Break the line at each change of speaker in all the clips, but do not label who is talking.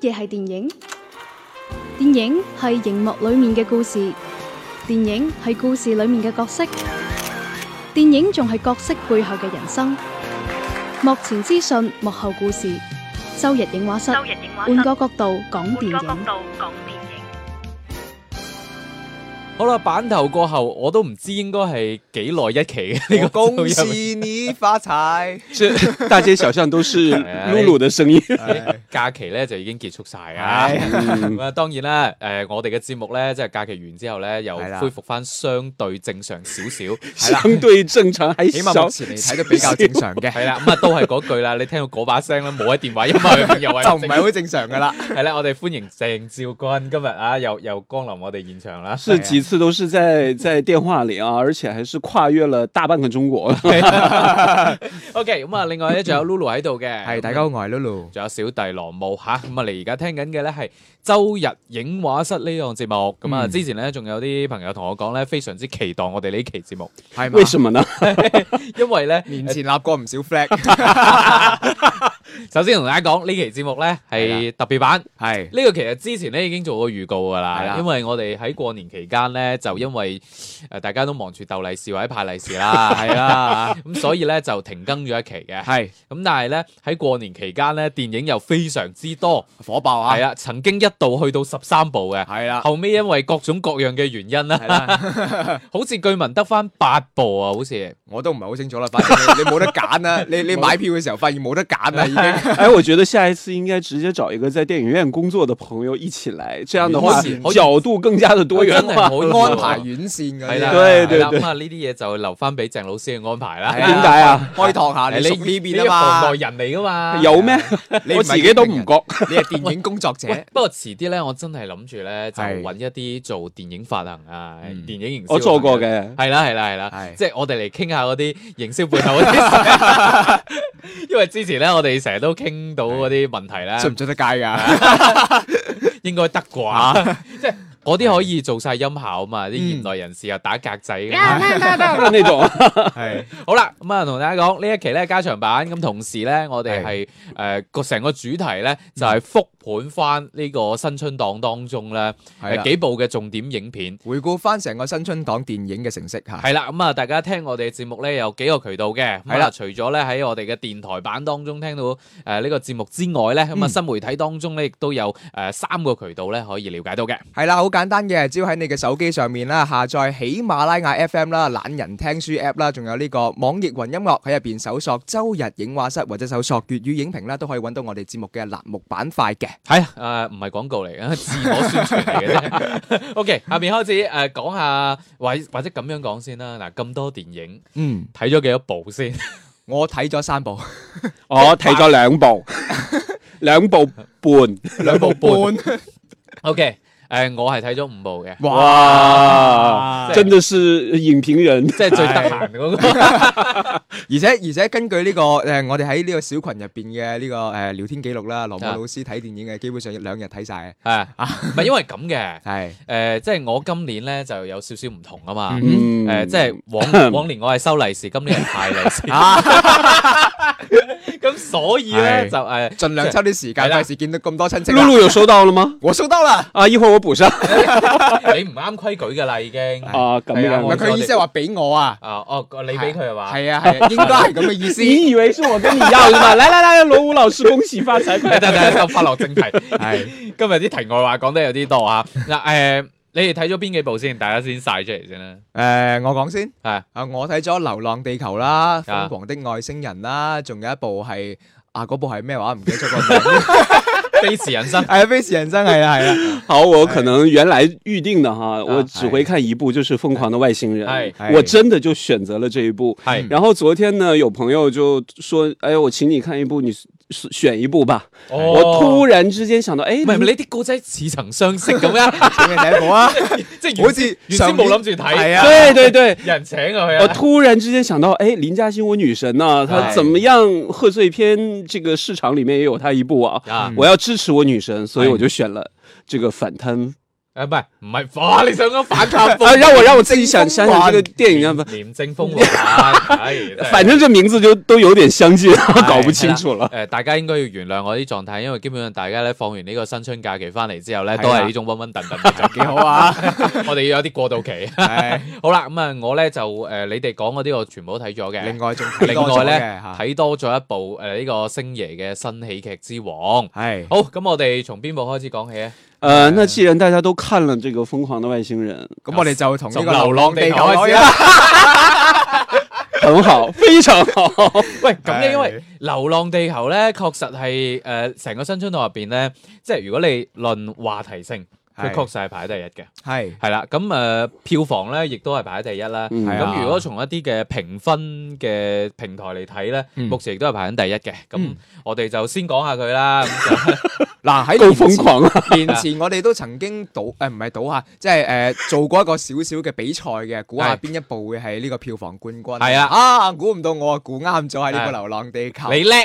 嘢係電影？電影係熒幕裡面嘅故事，電影係故事裡面嘅角色，電影仲係角色背後嘅人生。幕前資訊，幕後故事。周日映畫室，
周日映畫室
換個角度講電
換個角
影。
度講電影。
好啦，版頭過後我都唔知應該係幾耐一期嘅呢
我
個
恭
收音
喜你发财。
这大街小巷都是
哎
露露的声音。
假期咧就已經結束晒啊！
Dạ. 嗯
咁啊，當然啦，誒、我哋嘅節目咧，即係假期完之後咧，又
係啦
恢復翻相對正常少 少，係啦，
相对正常，还
起碼
小
目前嚟睇都比較正常嘅，
係啦，咁啊都係嗰句啦，你聽到嗰把聲啦，冇喺電話音樂入 面又係
就唔係好正常噶啦。
係啦，我哋歡迎鄭照君今日啊，又又光臨我哋現場 啦。
哎
是几次都是在在电话里啊，而且还是跨越了大半个中国。
OK，咁啊，另外咧仲有 Lulu 喺度嘅，
係，大家好，我係 Lulu。
仲有小弟羅姆吓，咁啊，你而家聽緊嘅咧係周日影畫室呢檔節目，咁啊、
嗯
之前咧仲有啲朋友同我講咧，非常之期待我哋呢期節目，
係嘛
为什么呢？
因為咧
年前立過唔少 flag，
首先同大家講呢期節目咧係特別版，
係
呢個其實之前咧已經做過預告㗎
係
啦，
啦
因為我哋喺過年期間咧就因為誒大家都忙住鬥利是或者派利是啦，係啦，咁所以咧就停更咗一期嘅，
係
咁但係咧喺過年期間咧電影又非常之多，
火爆啊！
係啊，曾經一度去到十三部嘅。
係啦，
後尾因為各種各樣嘅原因啦，好似據聞得翻八部啊，好似
我都唔係好清楚啦。反正你你冇得揀啦，你你買票嘅時候發現冇得揀啦，已經。
哎，我觉得下一次应该直接找一个在电影院工作的朋友一起来，这样的话
可以可以
角度更加的多元
真係
化。
好
安排院線嗰
係
啲
啦，
啊，
對
係啦
對對
咁啊呢啲嘢就留翻俾鄭老師去安排
係
點
啦。
解啊？
開拓下你屬呢邊
你係
啊
行內人嚟噶嘛？
有咩？
哎你唔係
我自己都唔覺。
嘛，你係電影工作者，
喂，不過遲啲咧，我真係諗住咧就
係
揾一啲做電影發行啊、
嗯
電影營銷嘅朋友。啊
我做過嘅，
係啦係啦係啦，
係
即係我哋嚟傾下嗰啲營銷背後嗰啲事，因為之前咧我哋成日都傾到嗰啲問題啦，
出唔出得街㗎？
應該得啩， 即係嗰啲可以做晒音效嘛，啲
嗯
業內人士又打格仔㗎嘛。
那種
係
好啦，咁啊同大家講呢一期咧加長版，咁同時咧我哋係誒個成個主題咧就係復盤翻呢個新春檔當中咧
係
誒
啦
幾部嘅重點影片。
回顧翻成個新春檔電影嘅成績嚇。
係啦，咁啊，大家聽我哋節目咧有幾個渠道嘅，咁
係
啦，
啦
除咗咧喺我哋嘅電台版當中聽到誒呢個節目之外咧，咁啊
嗯
新媒體當中咧亦都有誒三個渠道咧可以了解到嘅。
係啦，好簡單嘅，只要喺你嘅手機上面啦，下載喜馬拉雅 FM 啦、懶人聽書 App 啦，仲有呢個網易雲音樂喺入邊搜索周日影畫室或者搜索粵語影評啦，都可以揾到我哋節目嘅欄目板塊嘅。
係啊，誒唔係廣告嚟嘅， 自我宣傳嚟 嘅啫。OK，下面開始誒講下，或或者咁樣講先啦。嗱，咁多電影
嗯，
睇咗幾多部先？
我睇咗三部，
我哦睇咗兩 部，兩部 半。
兩部 半，
OK，誒我係睇咗五部嘅，
哇，
即係
真的是影評人。
即係最得閒 嗰個。
而且而且根據呢、個誒、呃我哋喺呢個小群入邊嘅呢個誒、呃聊天記錄啦，羅姆
啊
老師睇電影嘅基本上兩日睇晒。
係啊，唔係因為咁嘅。
係
誒、即係我今年咧就有少少唔同啊嘛。誒、
嗯
即係 往往年我係收利是，今年係派利是， 咁所以咧
係
就誒，
盡量抽啲時間，
係啦
費事見到咁多親戚
露
啦。
露有收到了嗎？
我收到啦，
啊，一會兒我補上。
你唔啱規矩噶啦已經。啊
啊，咁
係啊
樣
唔係
啊。
佢意思係話俾我啊。
哦，你俾佢係嘛？
係啊係啊，應該係咁嘅意思。
你以為是我跟你要是吧？來來來，羅武老師，恭喜發財！快
等等等，翻落正題。
係
今日啲題外話講得有啲多啊。嗱、誒，你哋睇咗邊幾部先？大家先晒出嚟先啦。
誒，我講先
係
啊，我睇咗《流浪地球》啦，《瘋狂的外星人》啦，仲有一部係啊，嗰部係咩話？唔記得咗個 名。
飛馳人生。
係《飛馳人生》，係啊係啊，
好，我可能原來預定的哈，我
啊
只会看一部，就是《疯狂的外星人
哎》嗯
哎，
我真的就选择了这一部。
係
然后昨天呢，有朋友就说：“哎，我请你看一部，你选一部吧。
哦
我突
然
然之间想到，哎，
唔係唔係你啲故仔似曾相識咁樣，
請你睇一部啊，
即係原
好似
原先
上
冇
年
諗住睇，
係啊
对对对，
有人請佢
我
啊。
突然之间想到，哎，林嘉欣，我女神呐、她
哎
怎么样？贺岁片这个市场里面也有她一部啊，
啊
我要支持我女神，所以我就选了这个反贪
诶，唔係唔係化，你想講反貪
啊，
風？
让我让我自己想想想这个电影啊，不
廉政風雲，哎哎真係
反正这名字就都有点相近， 搞不清楚了。
诶、大家應該要原諒我啲狀態，因為基本上大家咧放完呢個新春假期翻嚟之後咧，
係啊
都係呢種温温頓頓嘅狀態
幾好啊！
我哋要有啲過渡 期。
係
好啦，咁啊，我咧就诶、誒你哋講嗰啲我全部都睇咗嘅。
另外仲睇
另
多咗
外
嘅
咧
嚇，
睇多咗一部诶呢、個星爺嘅新喜劇之王。
係
好，咁我哋從邊部開始講起啊？
呃，那既然大家都看了这个《疯狂的外星人
咁，我哋就同呢
從
個
流浪地球
開
開始
始啦。
很好，非常 好。
喂，咁
係
咧，因為《流浪地球》咧，確實係诶成個新春檔入边咧，即係如果你論話題性，佢
係
確實係排第一嘅。
係
係啦，咁誒、呃票房咧，亦都係排喺第一啦。
嗯
係
咁、
啊
如果從一啲嘅評分嘅平台嚟睇咧，
嗯
目前亦都係排緊第一嘅。咁、
嗯
我哋就先講下佢啦。咁就
嗱
哎
喺
够
年前
疯狂啊！
年前我哋都曾經賭 誒唔係賭下，即係誒做過一個少少嘅比賽嘅，估下
係
邊一部會係呢個票房冠軍。
係啊
啊估唔到我啊估啱咗喺呢
係
個《流浪地球》。
你叻，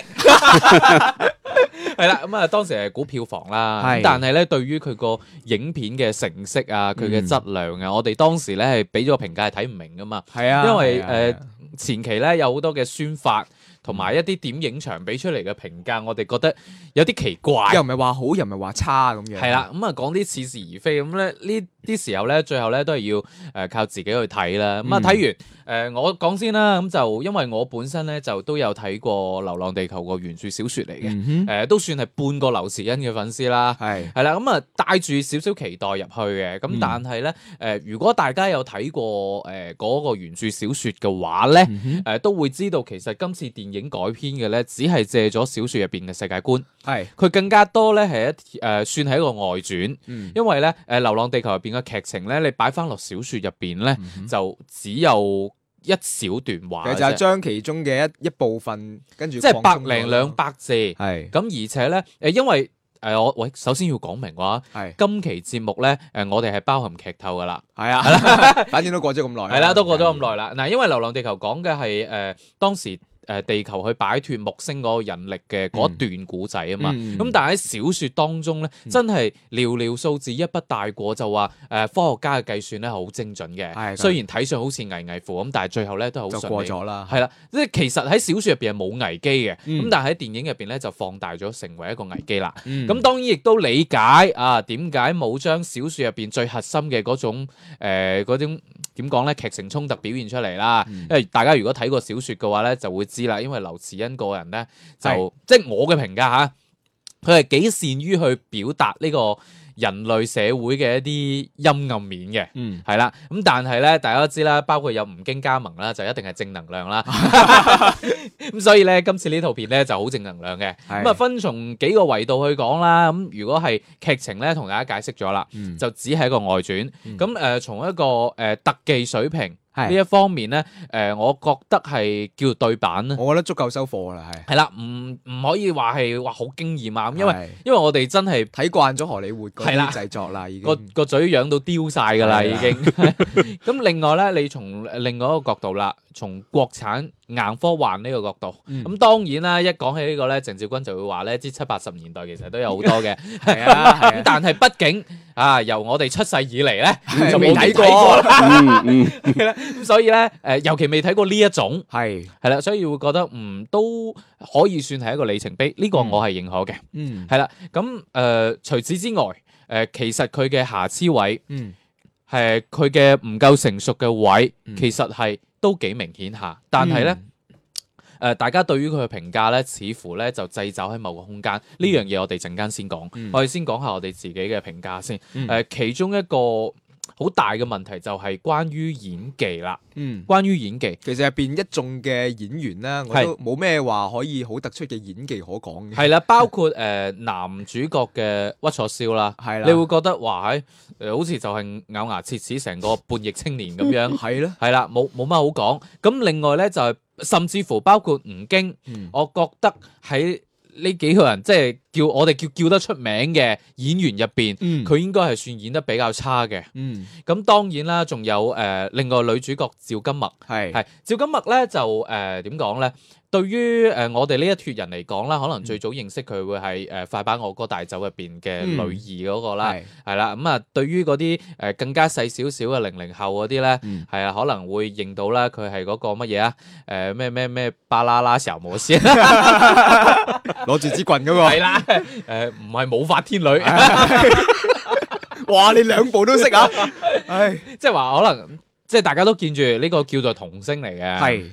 係啦。咁啊，當時係估票房啦。
係
咁但係咧，對於佢個影片嘅成色啊，佢
嗯
嘅質量啊，我哋當時咧係俾咗個評價係睇唔明噶嘛。
係啊，
因為呃
係啊
誒前期咧有好多嘅宣發同埋一啲點影場俾出嚟嘅評價，我哋覺得有啲奇怪。
又唔係話好，又唔係話差咁樣。
係啦，咁啊講啲似是而非咁咧，呢啲時候咧，最後咧都係要誒靠自己去睇啦。咁啊
嗯
睇完誒，呃我講先啦。咁就因為我本身咧就都有睇過《流浪地球》個原著小説嚟嘅，誒、呃
嗯
都算係半個劉慈欣嘅粉絲啦
哼，。係
係啦，咁啊帶住少少期待入去嘅，
嗯
咁但係咧誒，如果大家有睇過誒嗰、個原著小説嘅話
嗯
咧，誒、都會知道其實今次電影改編嘅咧，只係借咗小説入邊嘅世界觀。
係
佢更加多咧係一誒、呃算係一個外傳，
嗯
因為咧誒、呃流浪地球》入邊嘅劇情咧，你擺翻落小説入邊咧，
嗯
就只有一小段話
佢
嘅
就係
啫，
將其中嘅一一部分跟住
即係
擴
百
充咗
零兩百字。咁
係
而且咧誒、呃因為誒、呃我喂，首先要講明話，
係
今期節目咧誒、呃我哋係包含劇透噶啦，
係啊， 反正都過咗咁耐。
係啦，都過咗咁耐
啊
啦。嗱，因為《流浪地球》講嘅係誒當時。誒地球去擺脱木星嗰個人力嘅嗰一段古仔啊嘛，
嗯
咁、但係喺小說當中咧，真係寥寥數字一筆帶過，就話誒、呃科學家嘅計算咧係好精準
係
嘅，雖然睇上好似危危乎咁，但係最後咧都係好順
就
利
過咗啦。
係啦，即係其實喺小説入邊係冇危機嘅，咁、
嗯
但係喺電影入邊咧就放大咗成為一個危機啦。
咁
咁當然亦都理解啊，點解冇將小説入邊最核心嘅嗰種呃誒嗰、種點講咧劇情衝突表現出嚟啦？
嗯
因為大家如果睇過小説嘅話咧，就會知啦。因為劉慈欣個人咧就即係我嘅評價嚇，佢係幾善於去表達呢個人類社會嘅一啲陰暗面嘅。
嗯
係啦，咁但係咧，大家都知啦，包括有吳京加盟啦，就一定係正能量啦。咁所以咧，今次呢套片咧就好正能量嘅。
係
咁啊，分從幾個維度去講啦。咁如果係劇情咧，同大家解釋咗啦，
嗯
就只係一個外傳。
嗯
咁誒、呃，從一個誒、呃特技水平呢
係，
一方面咧，誒、我覺得係叫對版啦。
我覺得足夠收貨啦，係。
係啦，唔唔可以話係話好驚豔啊，咁因為
係
因為我哋真係
睇慣咗荷里活嗰
係
啲
啦
製作啦，已
個
經
個嘴養到丟晒㗎啦，
係
已
啦
經。 咁另外咧，你從另外一個角度啦，從國產硬科幻呢個角度，咁、
嗯
當然啦，一講起呢個咧，鄭少君就會話咧，啲七八十年代其實都有好多嘅，
係啊， 係
咁
啊
但係畢竟啊，由我哋出世以嚟咧，
係
就
嗯未
冇
睇
睇
過
過啦，
嗯 嗯，
咁 所以咧，誒、尤其未睇過呢一種，
係，
係啦，所以會覺得嗯都可以算係一個里程碑，呢、個
嗯
我係認可嘅。
嗯
係啦，咁誒、呃除此之外，誒、其實佢嘅瑕疵位。
嗯，
係佢嘅唔夠成熟嘅位
嗯，
其實係都幾明顯下，但係咧。誒、大家對於佢嘅評價咧，似乎咧就掣肘喺某個空間。呢樣嘢我哋陣間先講，
嗯
我哋先講下我哋自己嘅評價先。誒、呃
嗯
其中一個好大嘅問題就係關於演技啦。
嗯。
關於演技，
其實入邊一眾嘅演員啦，我
係
都冇咩話可以好突出嘅演技可講 嘅。
係啦，包括誒、呃男主角嘅屈楚蕭啦，
係啦
你會覺得哇，喺、誒好似就係咬牙切齒成個叛逆青年咁樣。
係咯，
係啦，冇冇乜好講。咁另外咧就係、甚至乎包括吳京，
嗯
我覺得喺呢幾個人即係叫我哋叫叫得出名嘅演員入邊，
嗯
佢應該係算演得比較差嘅。
嗯
咁當然啦，仲有誒、呃另外女主角趙今麥。
係
係趙今麥咧就誒點講咧？對於誒、呃我哋呢一脱人嚟講啦，可能最早認識佢會係誒、呃快把我哥帶走入邊嘅
嗯
女兒嗰個啦，
係
係啦咁啊。對於嗰啲誒更加細少少嘅零零後嗰啲咧，
嗯
係啊，可能會認到啦，佢係嗰個乜嘢啊？誒咩咩咩巴啦啦小摩斯
攞住支棍嗰
係
個，
啦，誒唔係武法天女，
啊哇！你兩部都識啊，唉，
即係話可能即係大家都見住呢個叫做童星嚟嘅，
係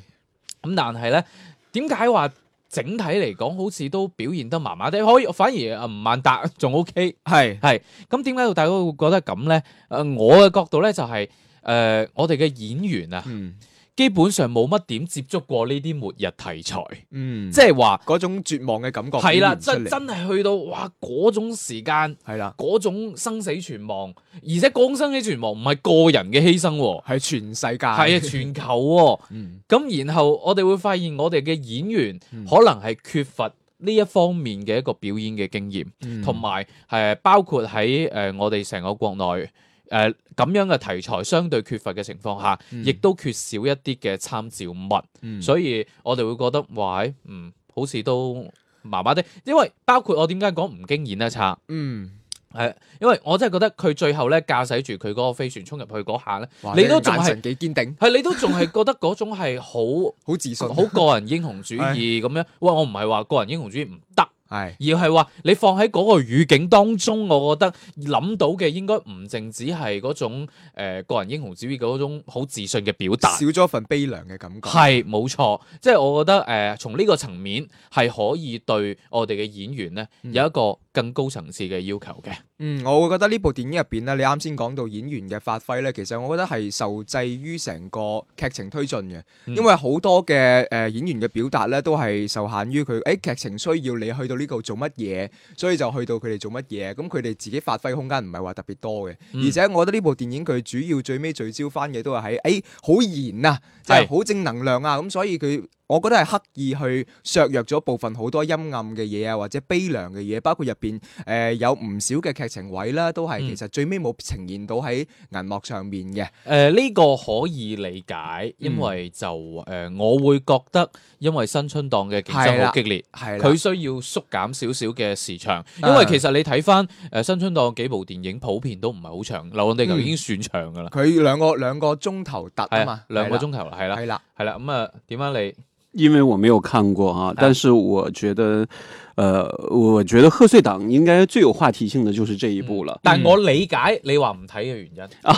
咁但係咧，點解話整體嚟講好似都表現得麻麻地？可以反而啊吳萬達仲 OK。
係
咁點解大家會覺得咁咧？誒、我嘅角度咧就係、呃我哋嘅演員啊，
嗯
基本上冇乜點接觸過呢啲末日題材，
嗯，
即係話
嗰種絕望嘅感覺
係啦，
表現
真
出嚟
真係去到哇嗰種時間，
係啦，
嗰種生死存亡，而且嗰種生死存亡唔係個人嘅犧牲喎，
係全世界
係啊，全球喎。
嗯
咁然後我哋會發現我哋嘅演員
嗯
可能係缺乏呢一方面嘅一個表演嘅經驗，
嗯
同埋誒包括喺誒、呃我哋成個國內呃誒咁、樣嘅題材相對缺乏嘅情況下，
嗯
亦都缺少一啲嘅參照物，
嗯
所以我哋會覺得哇，欸嗯，好似都麻麻地，因為包括我點解講吳京演得差。
嗯，
係，因為我真係覺得佢最後咧駕駛住佢嗰個飛船衝入去嗰下咧，
哇
你都仲
眼
係
神幾堅定，
係你都仲係覺得嗰種係好
好自信，
好個人英雄主
哎
義咁樣。喂，我唔係話個人英雄主義唔得，
係
而係話你放喺嗰個語境當中，我覺得諗到嘅應該唔淨止係嗰種誒、呃、個人英雄主義嗰種好自信嘅表達。
少咗份悲涼嘅感覺，
係冇錯，即係我覺得誒、呃，從呢個層面係可以對我哋嘅演員咧
嗯
有一個更高層次嘅要求嘅。
嗯，我會覺得呢部電影入邊咧，你啱先講到演員嘅發揮咧，其實我覺得係受制於成個劇情推進嘅，
嗯
因為好多嘅誒、呃演員嘅表達咧，都係受限於佢誒劇情需要你去到呢度做乜嘢，所以就去到佢哋做乜嘢，咁佢哋自己發揮空間唔係話特別多嘅，
嗯
而且我覺得呢部電影佢主要最尾聚焦翻嘅都係喺誒好燃啊，即係
係
好正能量啊，咁所以佢。我覺得係刻意去削弱咗部分好多陰暗嘅嘢啊，或者悲涼嘅嘢，包括入邊誒有唔少嘅劇情位啦，都係
嗯
其實最尾冇呈現到喺銀幕上面嘅。
誒呃呢、個可以理解，
嗯
因為就誒、呃我會覺得因為新春檔嘅競
係
爭
啦
好激烈。
係啦啊
佢，需要縮減少少嘅時長，因為其實你睇翻誒新春檔幾部電影，普遍都唔係好長，《流浪地球》
嗯
已經算長噶啦，
佢兩個兩個鐘頭突啊
係
嘛
啊，兩個鐘頭啦，係啦，
係啦，
係啦，咁啊點啊你
因为我没有看过啊，
哎
但是我觉得，呃，我觉得贺岁档应该最有话题性的就是这一部了。
但我
嗯
理解你話唔睇嘅原因，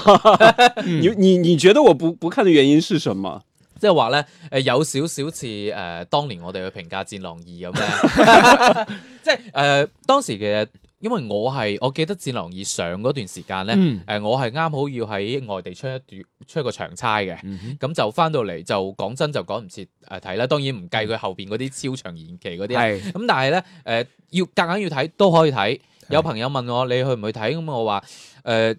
嗯
你你你觉得我不不看的原因是什么？
即係話咧誒有少少似誒當年我哋去評價《戰狼二》咁咧， 即係誒當時嘅。因為我係我記得《戰狼二》上嗰段時間咧，誒、
嗯
我係啱好要喺外地出一段出一個長差
嗯
嘅，咁就翻到嚟就講真就趕唔切誒睇啦，當然唔計佢後邊嗰啲超長延期嗰啲啊。
係
咁但係咧誒，要夾硬要睇都可以睇。有朋友問我你去唔去睇，咁我話誒、呃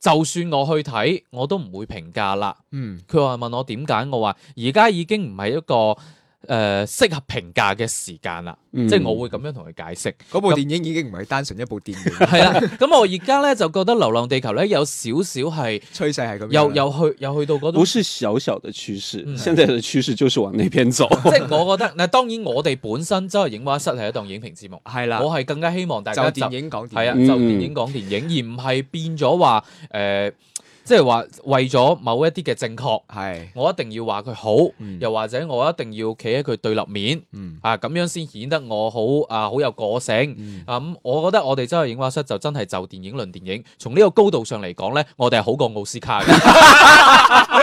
就算我去睇，我都唔會評價啦。
嗯
佢話問我點解，我話而家已經唔係一個誒、呃、適合評價嘅時間啦，
嗯
即係我會咁樣同佢解 釋。
嗰部電影已經唔係單純一部電影，
係啦，咁我而家咧就覺得《流浪地球》咧有少少係
趨勢係咁樣。
又又去又去到嗰種
不。是小小的趋势，
嗯
现在的趋势就是往那 边走。
即係我覺得，嗱當然我哋本身周日影畫室係一檔影評節目，
係啦，
我係更加希望大
就
家
電影講電
係啊，
影。
就
嗯
電影講電影，而唔係變咗話誒，即係話為咗某一啲嘅正確，
係
我一定要話佢好，
嗯
又或者我一定要企喺佢對立面
嗯
啊，咁樣先顯得我好啊，好有個性。
嗯
啊咁、我覺得我哋周日影畫室就真係就電影論電影，從呢個高度上嚟講咧，我哋係好過奧斯卡嘅。
啊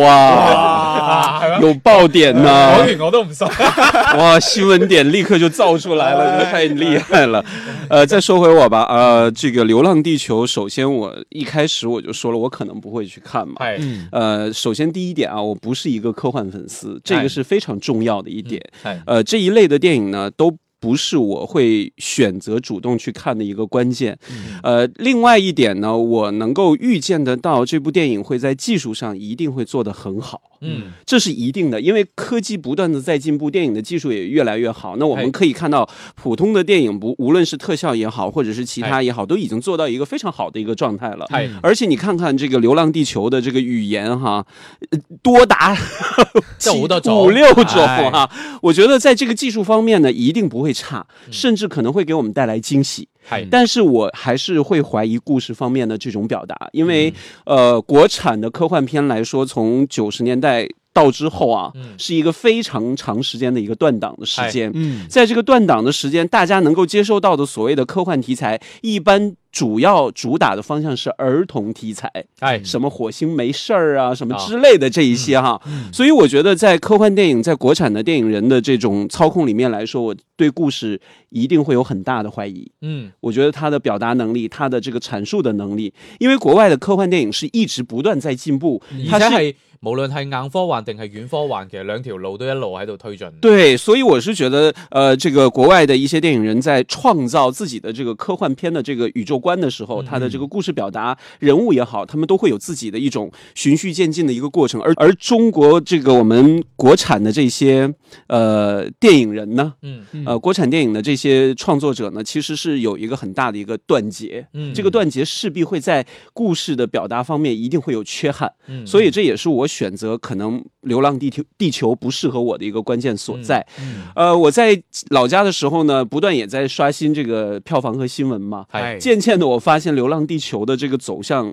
哇，有爆点呢、
我都唔信。
哇，新闻点立刻就造出来了，真的太厉害
哎
了。呃，再说回我吧，呃，这个《流浪地球》，首先我一开始我就说了，我可能不会去看嘛。
係
嗯
呃，首先第一点啊，我不是一个科幻粉丝，这
哎
个是非常重要的一点。
係
呃，这一类的电影呢，都不是我会选择主动去看的一个关键。
嗯
呃，另外一点呢，我能够预见得到这部电影会在技术上一定会做得很好。
嗯
这是一定的，因为科技不断的在进步，电影的技术也越来越好。那我
哎
们可以看到，普通的电影不无论是特效也好，或者是
哎
其他也好，都已经做到一个非常好的一个状态了。
係
而且你看看这个《流浪地球》的这个语言哈，呃多达
即係好多種
五六种
哎
啊！我觉得在这个技术方面呢，一定不会差，
嗯
甚至可能会给我们带来惊喜。
嗯
係
但是我还是会怀疑故事方面的这种表达，因为、
嗯
呃，国产的科幻片来说，从九十年代到之后啊，
嗯
是一个非常长时间的一个断档的时
哎
间。
嗯
在这个断档的时间，大家能够接受到的所谓的科幻题材，一般主要主打的方向是儿童题材，
係
什么火星没事儿啊，什么
啊
之类的这一些哈。所以我觉得，在科幻电影，在国产的电影人的这种操控里面来说，我对故事一定会有很大的怀疑。
嗯
我觉得他的表达能力，他的这个阐述的能力，因为国外的科幻电影是一直不断在进步，
嗯而
它
且
是
係無論係硬科幻定係軟科幻，其實兩條路都一路喺度推進。
对，所以我是觉得，呃，这个国外的一些电影人在创造自己的这个科幻片的这个宇宙观的时候，他的
嗯
这个故事表达、人物也好，他们都会有自己的一种循序渐进的一个过程。而而中国这个我们国产的这些呃电影人呢，
嗯
呃，国产电影的这些创作者呢，其实是有一个很大的一个断节。
嗯，
这个断节势必会在故事的表达方面一定会有缺憾，
嗯
嗯所以这也是我选择可能《流浪地球》地球不适合我的一个关键
嗯
所在。呃，我在老家的时候呢，不断也在刷新这个票房和新闻嘛，
係
渐渐的我发现《流浪地球》的这个走向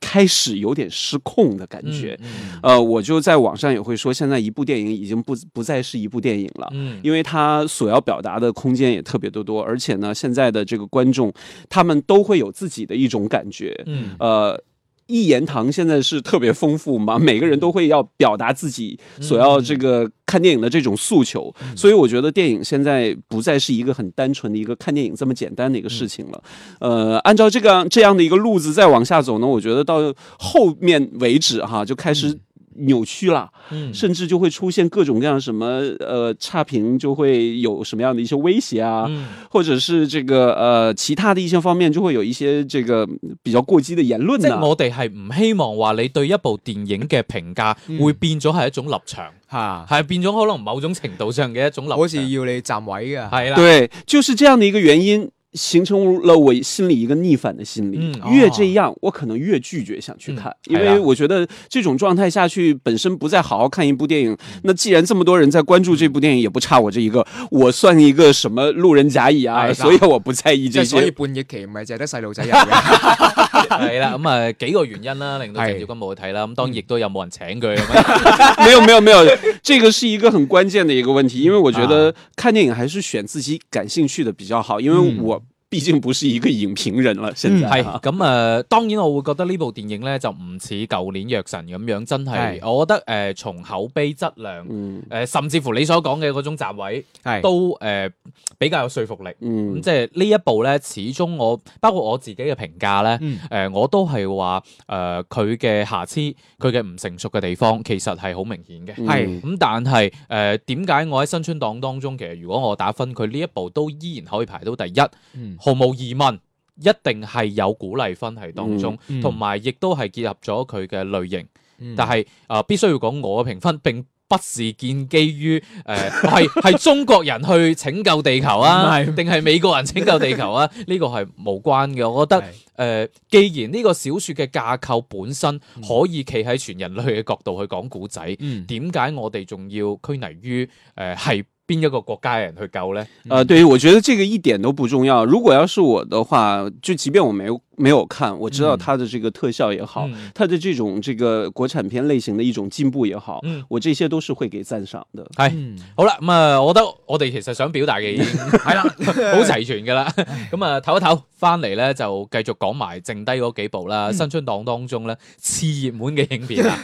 开始有点失控的感觉。
嗯
呃，我就在网上也会说，现在一部电影已经不不再是一部电影了。
嗯
因为它所要表达的空间也特别的多，而且呢，现在的这个观众，他们都会有自己的一种感觉，
嗯
呃。一言堂现在是特别丰富嘛，每个人都会要表达自己所要这个看电影的这种诉求，
嗯
所以我觉得电影现在不再是一个很单纯的一个看电影这么简单的一个事情了。
嗯
呃，按照这个这样的一个路子再往下走呢，我觉得到后面为止哈，就开始扭曲了。
嗯
甚至就会出现各种各样什么呃差评，就会有什么样的一些威胁啊，
嗯
或者是这个呃其他的一些方面，就会有一些这个比较过激的言论
即
呢、
係我哋係唔希望話你對一部電影嘅評價
嗯
會變咗係一種立場，
啊
吓，
係變咗可能某種程度上嘅一種立場。
好似要你站位噶，
係啦，
对，就是这样的一个原因。形成了我心里一个逆反的心理，
嗯
越这样，我可能越拒绝想去看，
嗯
因
哎呀
为我觉得这种状态下去，本身不再好好看一部电影。
嗯
那既然这么多人在关注这部电影，也不差我这一个，我算一个什么路人甲乙啊？
哎呀
所以我不在意
即
这
係
些
所。以叛逆期唔係淨係得細路仔有嘅，
係啦，咁啊幾個原因啦，令到鄭少君冇去睇啦。咁
嗯
當然亦都有冇人請佢咁樣。
没有没有没有，这个是一个很关键的一个问题，因为我觉
啊
得看电影还是选自己感兴趣的比较好，因
嗯
为我毕竟不是一个影评人了，现 在、
係
啊。
咁啊，當然我會覺得呢部電影咧就唔似舊年《藥神》咁樣，真係我覺得誒從口碑質量。
嗯
誒、甚至乎你所講嘅嗰種站位
係
都誒、呃比較有說服力。咁
嗯
即係呢一部咧，始終我包括我自己嘅評價咧，誒、
嗯
我都係話誒佢嘅瑕疵，佢嘅唔成熟嘅地方，其實係好明顯嘅。
嗯
係
咁但係誒點解我喺新春檔當中，其實如果我打分，佢呢一部都依然可以排到第一，
嗯
毫無疑問。一定係有鼓勵分喺當中
嗯嗯，
同埋亦都係結合咗佢嘅類型。
嗯
但係啊、呃必須要講我嘅評分並不是建基於誒 係係中國人去拯救地球
唔
啊，
係
定係美國人拯救地球 啊？呢個係無關嘅。我覺得誒
係、
呃既然呢個小説嘅架構本身可以企喺全人類嘅角度去講古仔，
嗯
點解、我哋仲要拘泥於誒係邊一個國家嘅人去救咧？
呃，对，我觉得这个一点都不重要。如果要是我的话，就即便我没有没有看，我知道它的这个特效也好，
嗯
它的这种这个国产片类型的一种进步也好，
嗯
我这些都是会给赞赏的。
係。
嗯
好啦，咁啊，我覺得我哋其實想表達嘅已經係啦， 好齊全㗎啦。咁啊，唞一唞，翻嚟咧就繼續講埋剩低嗰幾部啦。新春檔當中咧，次熱門嘅影片啊，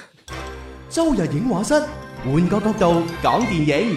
周日影画室，換個角度講電影。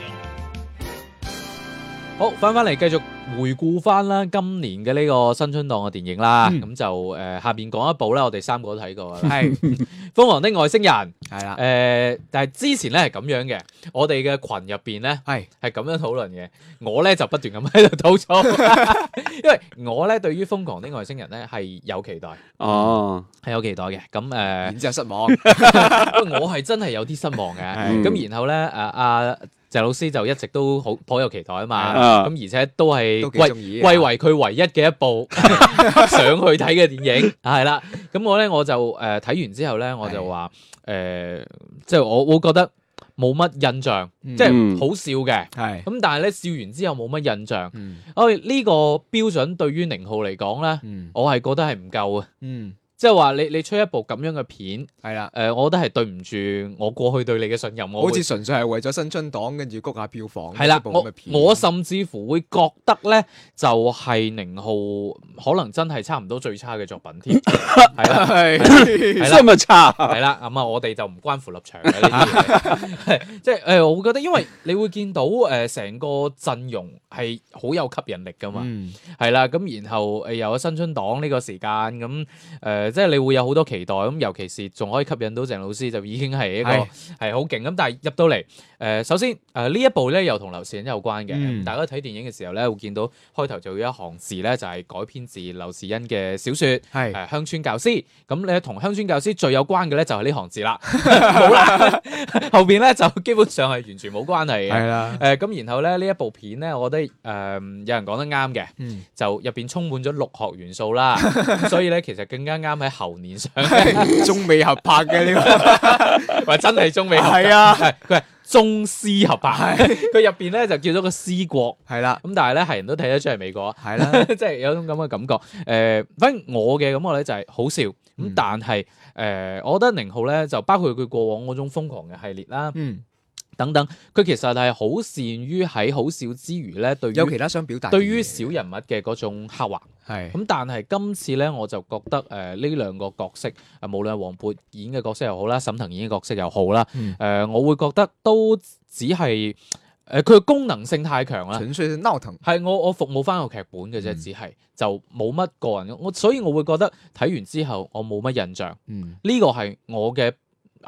影。
好翻翻嚟繼續回顧翻啦，今年嘅呢個新春檔嘅電影啦，
嗯
咁、就誒、呃下邊講一部啦，我哋三個都睇過啦，《
係
瘋狂的外星人》
係啦
誒、，但係之前咧係咁樣嘅，我哋嘅群入邊咧
係
係咁樣討論嘅，我咧就不斷咁喺度吐槽，因為我咧對於《瘋狂的外星人》咧係有期待，
哦，
係有期待嘅，咁誒。呃
然之後失望，
因為我係真係有啲失望嘅。
嗯
係
咁然後咧，誒阿謝老師就一直都好頗有期待啊嘛。
啊
咁而且都係
都幾
歸
中意啊
歸為佢唯一嘅一部 想去睇嘅電影，係啦。咁我咧我就誒睇完之後咧，我就話誒，即係我會覺得冇乜印象，
嗯
即係好笑嘅。
係
咁但係咧笑完之後冇乜印象，
嗯
我呢個標準對於寧浩嚟講咧，
嗯
我係覺得係唔夠啊！
嗯
即係話你你出一部咁樣嘅片，
係啦
誒、。我覺得係對唔住我過去對你嘅信任，我
好
會
似純粹係為咗新春檔，跟住谷下票房。
係啦
呢，部咁
我
嘅片
我甚至乎會覺得咧，就係寧浩可能真係差唔多最差嘅作品 添，係啦。
係
係啦
这么差，
係啦，咁啊，我哋就唔關乎立場嘅呢啲 嘢，即係诶，誒我會覺得，因為你會見到诶，誒成、個陣容係好有吸引力噶嘛，
嗯
係啦、咁然後诶又有新春檔呢個時間，咁诶、誒即係你會有好多期待，咁尤其是仲可以吸引到鄭老師，就已經係一個
係
係好勁咁，但係入到嚟，誒、呃首先誒呢、一部咧又同劉慈欣有關嘅，
嗯
大家睇電影嘅時候咧會見到開頭就有一行字咧就係、改編自劉慈欣嘅小説。誒
係
鄉村教師，咁你同鄉村教師最有關嘅咧就係呢行字 啦，冇啦， 後邊咧就基本上係完全冇關係嘅。
係啦，
誒咁、然後咧呢一部片咧，我覺得誒、呃有人講得啱嘅，
嗯
就入邊充滿咗六學元素啦，所以咧其實更加啱喺猴年上，
中美合拍嘅呢個
喂真係中美合
係啊，
係佢係中斯合拍，佢入邊咧就叫咗個斯國，
係啦
咁但係咧係人都睇得出係美國，
係啦，
即係有種咁嘅感覺。誒、反正我嘅感覺咧就係好笑，咁
嗯
但係誒、我覺得寧浩咧就包括佢過往嗰種瘋狂嘅系列啦，
嗯，
等等，佢其實係好善於喺好笑之餘咧，對
有其
於
他想表達嘅嘢。
對於小人物嘅嗰種刻畫。
係
咁但係今次咧，我就覺得誒呢、兩個角色，啊無論係黃渤演嘅角色又好啦，沈騰演嘅角色又好啦，誒、
嗯
我會覺得都只係誒佢嘅功能性太強啦。
嗯純粹係鬧騰，
係我我服務翻個劇本嘅啫，
嗯
只係就冇乜個人，我所以我會覺得睇完之後我冇乜印象，
嗯
呢個係我嘅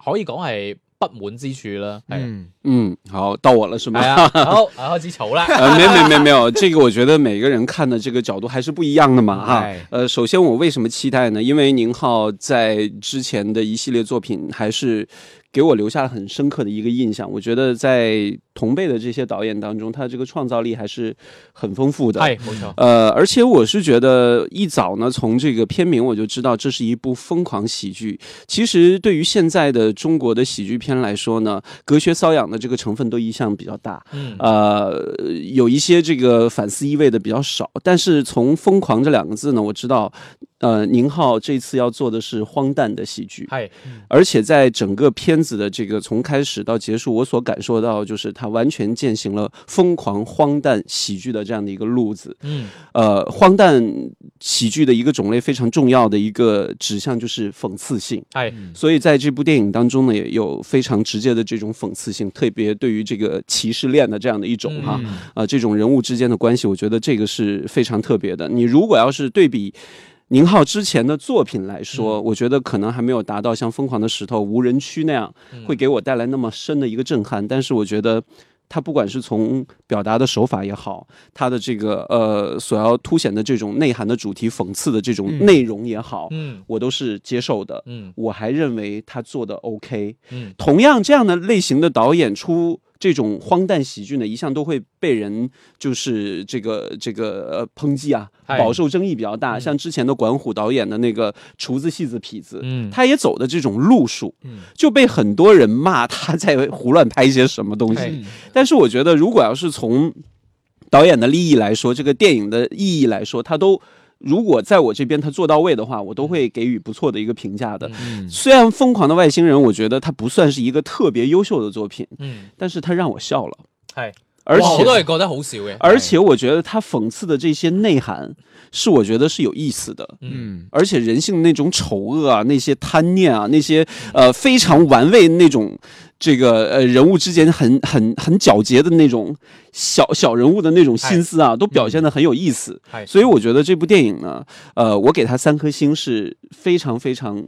可以講係不滿之處啦。係啊
嗯
嗯，好，到我了是吗？
係啊，好啊開始嘈 啦。
呃，没没没没有，这个我觉得每个人看的这个角度还是不一样的嘛哈
哎。
呃，首先我为什么期待呢？因为宁浩在之前的一系列作品还是给我留下了很深刻的一个印象。我觉得在同辈的这些导演当中，他这个创造力还是很丰富的。
係 冇錯，
呃，而且我是觉得一早呢，从这个片名我就知道这是一部疯狂喜剧。其实对于现在的中国的喜剧片来说呢，隔靴搔痒的这个成分都一向比较大。
嗯
呃，有一些这个反思意味的比较少，但是从“疯狂”这两个字呢，我知道，呃，宁浩这次要做的是荒诞的喜剧，
係
而且在整个片子的这个从开始到结束，我所感受到就是他完全践行了疯狂荒诞喜剧的这样的一个路子。
嗯
呃，荒诞喜剧的一个种类非常重要的一个指向就是讽刺性。
係
所以在这部电影当中呢，也有非常直接的这种讽刺性，特别对于这个歧视链的这样的一种哈、啊，
嗯
这种人物之间的关系，我觉得这个是非常特别的。你如果要是对比。宁浩之前的作品来
嗯
说，我觉得可能还没有达到像《疯狂的石头》《无人区》那样
嗯
会给我带来那么深的一个震撼。但是我觉得，他不管是从表达的手法也好，他的这个呃所要凸显的这种内涵的主题、讽刺的这种内容也好，
嗯
我都是接受的。
嗯
我还认为他做的 OK。
嗯
同样这样的类型的导演出这种荒诞喜剧呢，一向都会被人就是这个这个呃抨击啊，
哎
饱受争议比较大。
嗯
像之前的管虎导演的那个《厨子、戏子、痞子》，
嗯，
他也走的这种路数，
嗯
就被很多人骂他在胡乱拍一些什么东西。
哎
嗯
但是我觉得，如果要是从导演的利益来说，这个电影的意义来说，他都如果在我这边他做到位的话，我都会给予不错的一个评价的。
嗯
虽然《疯狂的外星人》，我觉得它不算是一个特别优秀的作品，
嗯
但是它让我笑了。
係
而
哇我都係
且
覺得好少嘅。
而且我觉得他讽刺的这些内涵是我觉得是有意思的。
嗯，
而且人性的那种丑恶啊，那些贪念啊，那些呃非常玩味那种这个呃人物之间很很很皎洁的那种小小人物的那种心思啊，都表现的很有意思。
係
所以我觉得这部电影呢，呃，我给它三颗星是非常非常。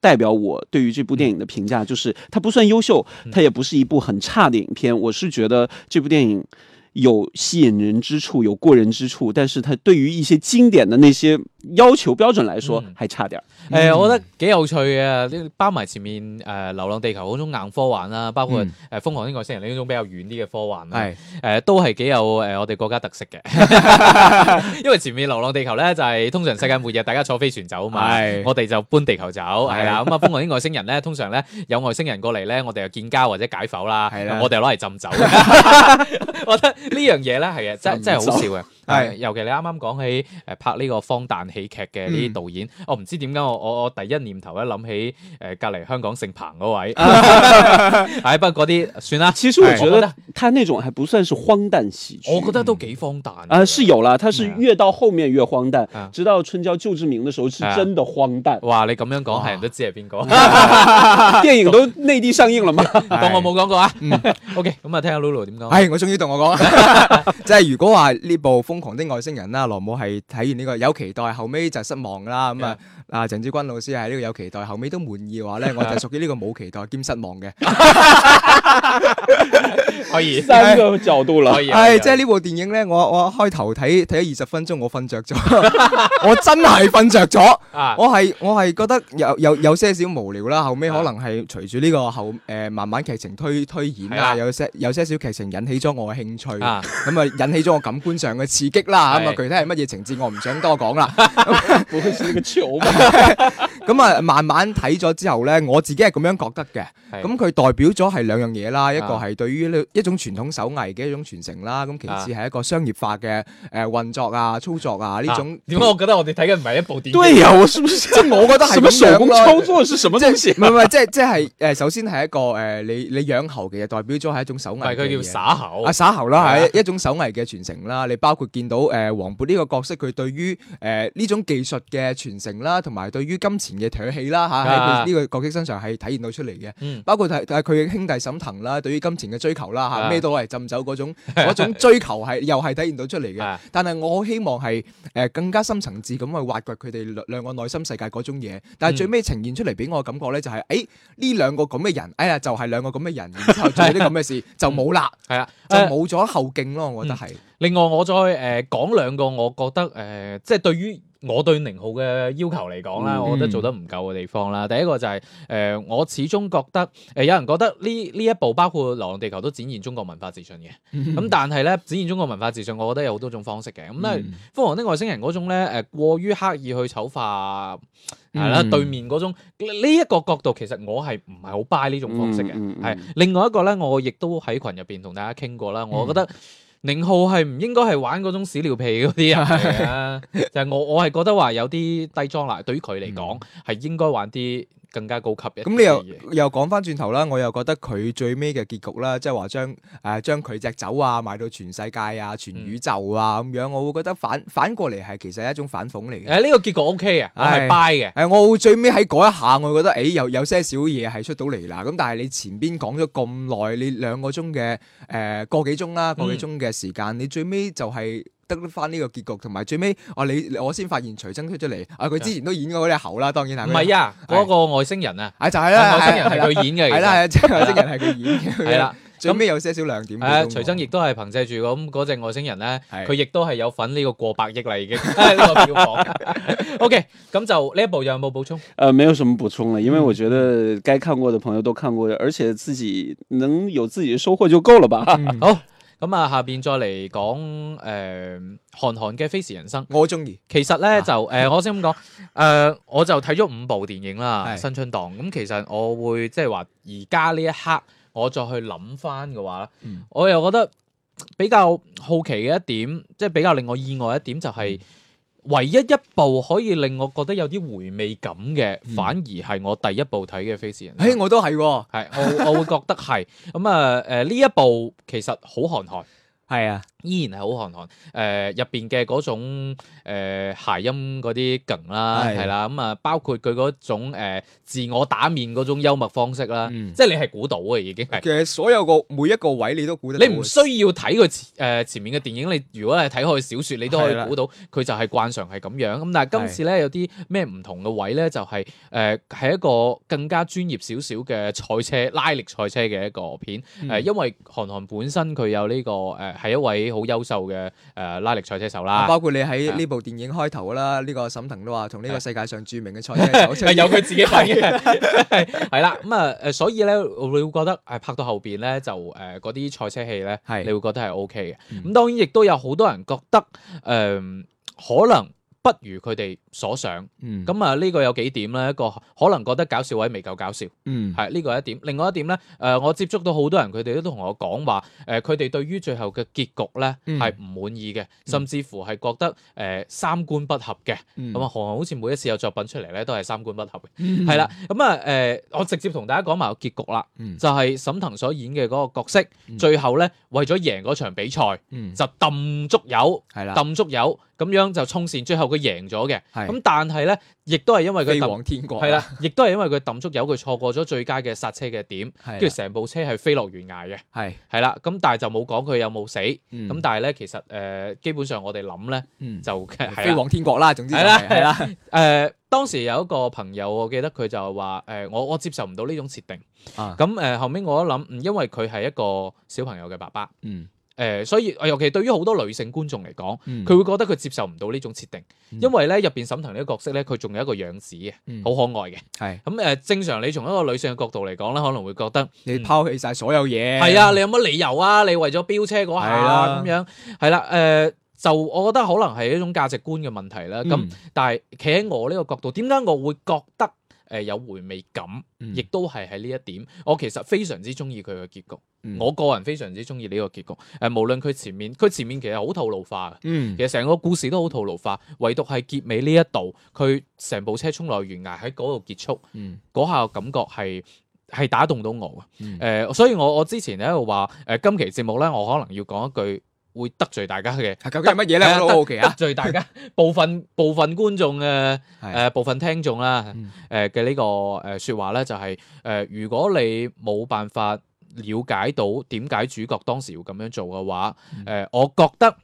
代表我对于这部电影的评价就是，它不算优秀，
嗯
它也不是一部很差的影片。我是觉得这部电影有吸引人之处，有过人之处，但是它对于一些经典的那些要求标准来说
嗯
还差点儿。
誒、我覺得幾有趣嘅，呢包埋前面誒、流浪地球》嗰種硬科幻啦，包括誒、
嗯
瘋狂的外星人》呢種比較遠啲嘅科幻啦，誒
系、
呃都係幾有誒、我哋國家特色嘅。 因為前面《流浪地球》咧就係、通常世界末日大家坐飛船走嘛
係，
我哋就搬地球走，係啦。咁啊，《瘋狂的外星人》咧，通常咧有外星人過嚟咧，我哋就建交或者解剖啦，
係啦
我哋就攞嚟浸 酒。我覺得呢樣嘢咧係啊，真真係好笑嘅。啊
係
尤其你啱啱講起誒拍呢個荒誕喜劇嘅
嗯
呢啲導演，我唔知點解我我我第一念頭咧諗起誒隔離香港姓彭嗰 位，係不過嗰啲算啦。
其实我
哎
觉
我觉得
得它那种还不算是荒诞喜剧，
我覺得都幾荒誕啊
啊、是有啦，它是
嗯
越到后面越荒诞，
啊
直到春娇救志明的时候是
啊
真的荒诞。
哇！你咁樣講係人都知係邊個，
嗯
电影都内地上映了吗？
當我冇講過啊。OK，咁啊， 聽下 Lulu 點講。
系我終於同我講 啦，即係如果話呢部《瘋狂的外星人》啦，羅姆係睇完呢個有期待，後尾就失望啦。咁啊，啊鄭志軍老師係呢個有期待，後尾都滿意嘅話咧，我就屬於呢個冇期待兼失望嘅。
可以，
三个角度了
可。以。啊
係即係呢部電影咧，我我開頭睇睇咗二十分鐘，我瞓着咗， 我真係瞓着咗。
啊，
我係我係覺得有有有些少無聊啦，後尾可能係隨住呢個後誒、呃慢慢劇情推推演
係啦
啊，有些有些少劇情引起咗我嘅興趣，咁
啊
啊引起咗我感官上嘅刺激啦，咁啊
係
具體係乜嘢情節我唔想多講啦，
哎不会是那个球吧？
咁啊慢慢睇咗之後呢，我自己係咁樣覺得嘅。
係
咁佢代表咗係兩樣嘢啦，一個
啊
係對於呢一種傳統手藝嘅一種傳承啦，咁其
啊
次係一個商業化嘅誒運作啊、操作啊呢種
啊。點解我覺得我哋睇嘅唔係一部電影？
对呀、我是不是？
即係我覺得係
什么
咁
手
樣
工
咯
操作是什么东西？
唔係唔係，即係即係誒，首先係一個誒，你你養猴其實代表咗係一種手
唔
藝
係
嘅嘢，
佢叫耍猴
啊，耍猴啦，
係啊
係一種手藝嘅傳承啦。你包括見到誒黃渤呢個角色，佢對於誒呢種技術嘅傳承啦，同埋對於金錢嘅唾棄啦嚇，
啊
喺佢呢個角色身上係體現到出嚟嘅。
嗯
包括係係佢嘅兄弟沈騰啦，對於金錢嘅追求啦
啊
嚇，咩都係浸酒 嗰種嗰種追求係又係體現到出嚟嘅
啊。
但係我好希望係誒更加深層次咁去挖掘佢哋兩兩個內心世界嗰種嘢。
嗯
但係最尾呈現出嚟俾我嘅感覺咧，就係誒呢兩個咁嘅人，哎呀就係兩個咁嘅人，然之後做啲咁 嘅事就冇啦，
係啊，
就
誒
冇咗後勁咯。我覺得係
另外，我再誒講兩個，我覺得誒、呃即係對於我對寧浩嘅要求嚟講啦，
嗯
我覺得做得唔夠嘅地方啦。第一個就係、呃我始終覺得誒、呃有人覺得呢呢一部包括《流浪地球》都展現中國文化自信嘅，
嗯
咁、但係咧展現中國文化自信，我覺得有好多種方式嘅。咁
啊嗯
咧，瘋狂的外星人》嗰種咧誒過於刻意去醜化。係啦，
嗯
對面嗰種呢呢一個角度，其實我係唔係好 buy 呢種方式嘅。係、
嗯嗯嗯
另外一個咧，我亦都喺群入邊同大家傾過
嗯
啦。我覺得寧浩係唔應該係玩嗰種屎尿屁嗰啲人嚟啊！ 就係我我係覺得話有啲低裝啦，對於佢嚟講係應該玩啲更加高級嘅。
嗯咁你又又講翻轉頭啦，我又覺得佢最尾嘅結局啦，即係話將誒將佢隻酒啊賣到全世界啊、全宇宙啊咁樣，我會覺得反反過嚟係其實係一種反諷嚟嘅。
誒呢個結局 OK 嘅，我係
係
buy 嘅。
誒，哎我會最尾喺嗰一下，我會覺得誒、有有些少嘢係出到嚟啦。咁但係你前邊講咗咁耐，你兩個鐘嘅誒個幾鐘啦，個
嗯
幾鐘嘅時間，你最尾就係得翻呢個結局，同埋最尾啊你我先發現徐崢出咗嚟啊，佢之前都演過嗰隻猴啦，當然係
唔係啊，
係
嗰個外星人啊，
啊就係啦，
外星人係
啦
佢演嘅，
係啦，係啦即係外星人係佢演
其
嘅，
實係啦。。
最尾有些少亮點嘅
係
都
啊，
冇。
徐崢亦都係憑藉住咁嗰隻外星人咧，
係
佢亦都係有份呢個過百億啦，已經 呢個票房。OK，咁 就呢一部有冇補充？
呃，没有什么补充了，因为我觉得该看过的朋友都看过了，而且自己能有自己的收获就够了 吧。
嗯
好，咁啊，下邊再嚟講誒韓寒嘅《飛馳人生》。
我中意，
其實咧就誒、呃我先咁講，誒、我就睇咗五部電影啦，
係
新春檔。咁其實我會即係話，而家呢一刻我再去諗翻嘅話，
嗯
我
嗯
又覺得比較好奇嘅一點，即係比較令我意外一點就係、唯一一部可以令我覺得有啲回味感嘅，反而係我第一部睇嘅《飛馳人生
嗯嘿，》。我都係喎，
係，我我會覺得係咁啊！誒呢一部其實好韓寒，
係啊，
依然係好韓寒。呃誒入邊嘅嗰種誒、呃、諧音嗰啲梗啦，
係
係啦，咁啊包括佢嗰種、呃、自我打面嗰種幽默方式啦，
嗯
即係你係估到嘅已經係。
其實所有個每一個位你都估得到
你唔需要睇佢前誒前面嘅電影，你如果係睇開小説，你都可
係啦
以估到佢就係慣常係咁樣。咁但係今次咧有啲咩唔同嘅位咧，就係誒係一個更加專業少少嘅賽車拉力賽車嘅一個片。誒、
嗯
呃因為韓寒本身佢有呢、個誒係、一位好優秀嘅誒、呃拉力賽車手啦。
啊包括你
啊
喺呢部電影開頭啦，呢個沈騰都話同呢個世界上著名嘅賽車 手出
係有佢自己份嘅， 係啦，咁啊，誒，所以咧，我會覺得呃誒拍到後邊咧，就誒嗰啲賽車戲咧，
係
你會覺得係 O K 嘅。
嗯
咁當然亦都有好多人覺得誒、可能不如佢哋所想。
嗯
咁啊，呢個有幾點咧？一個可能覺得搞笑位未夠搞笑，
嗯
係呢個一點。另外一點咧，誒、我接觸到好多人，佢哋都同我講話，誒、佢哋對於最後嘅結局咧
嗯
係唔滿意嘅，甚至乎係覺得誒、呃三觀不合嘅。
嗯
咁啊，韓寒好似每一次有作品出嚟咧，都係三觀不合嘅，係啦、咁啊，誒、我直接同大家講埋個結局啦，
嗯
就係沈騰所演嘅嗰個角色，
嗯
最後咧為咗贏嗰場比賽，
嗯
就揼足油，
係啦，
揼足油，咁樣就衝線，最後佢贏咗嘅。
係
咁但係咧，亦都係因為佢
飛
揼
往天國啊
係啦，亦都係因為佢揼足油，佢錯過咗最佳嘅剎車嘅點，
係啦，
跟住成部車係飛落懸崖嘅，
係
係啦。咁但係就冇講佢有冇死。咁、
嗯
但係咧，其實誒、呃基本上我哋諗咧
嗯
就係啦
飛往天國啦，總之就
啊係啦
係係啦，
誒、當時有一個朋友，我記得佢就話誒、呃我我接受唔到呢種設定。
啊
咁誒、後尾我一諗，嗯，因為佢係一個小朋友嘅爸爸，誒、呃
嗯
所以尤其對於好多女性觀眾嚟講，
嗯
佢會覺得佢接受唔到呢種設定，
嗯
因為咧入邊沈騰呢個角色咧，佢仲有一個樣子嘅，
嗯
好可愛嘅。
係
咁誒、呃正常你從一個女性嘅角度嚟講咧，可能會覺得
你拋棄晒所有嘢，
係嗯啊，你有乜理由啊？你為咗飆車嗰
係
下
啦
咁樣，係啦，誒、就我覺得可能係一種價值觀嘅問題啦。咁、
嗯
但係企喺我呢個角度，點解我會覺得誒、呃有回味感，
嗯
亦都係喺呢一點，我其實非常之中意佢嘅結局。
嗯
我個人非常之中意呢個結局。誒、無論佢前面，佢前面其實好套路化嘅。
嗯
其實成個故事都好套路化，唯獨係結尾呢一度，佢成部車衝落懸崖喺嗰度結束，
嗯
嗰下感覺係係打動到我嘅。誒、
嗯
所以我我之前喺度話，誒、今期節目咧，我可能要講一句會得罪大家嘅，
啊究竟係乜嘢咧？我都好好奇
得
啊，
罪大家 部分部分觀眾 嘅
係
誒部分聽眾啦
嗯，
誒呃嘅呢個誒説話咧，就係誒如果你冇辦法了解到點解主角當時要咁樣做嘅話，
嗯
誒我覺得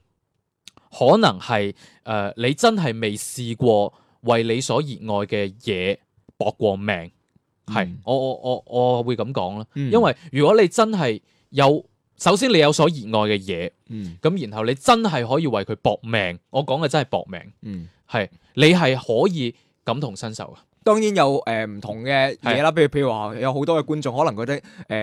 可能係誒你真係未試過為你所熱愛嘅嘢搏過命，係
嗯
我我我我會咁講啦，
嗯
因為如果你真係有首先你有所熱愛嘅嘢，
嗯
咁然後你真係可以為佢搏命，我講嘅真係搏命。
嗯。
係你係可以感同身受嘅。
當然有誒唔同嘅嘢啦，譬如譬如話有好多嘅觀眾可能覺得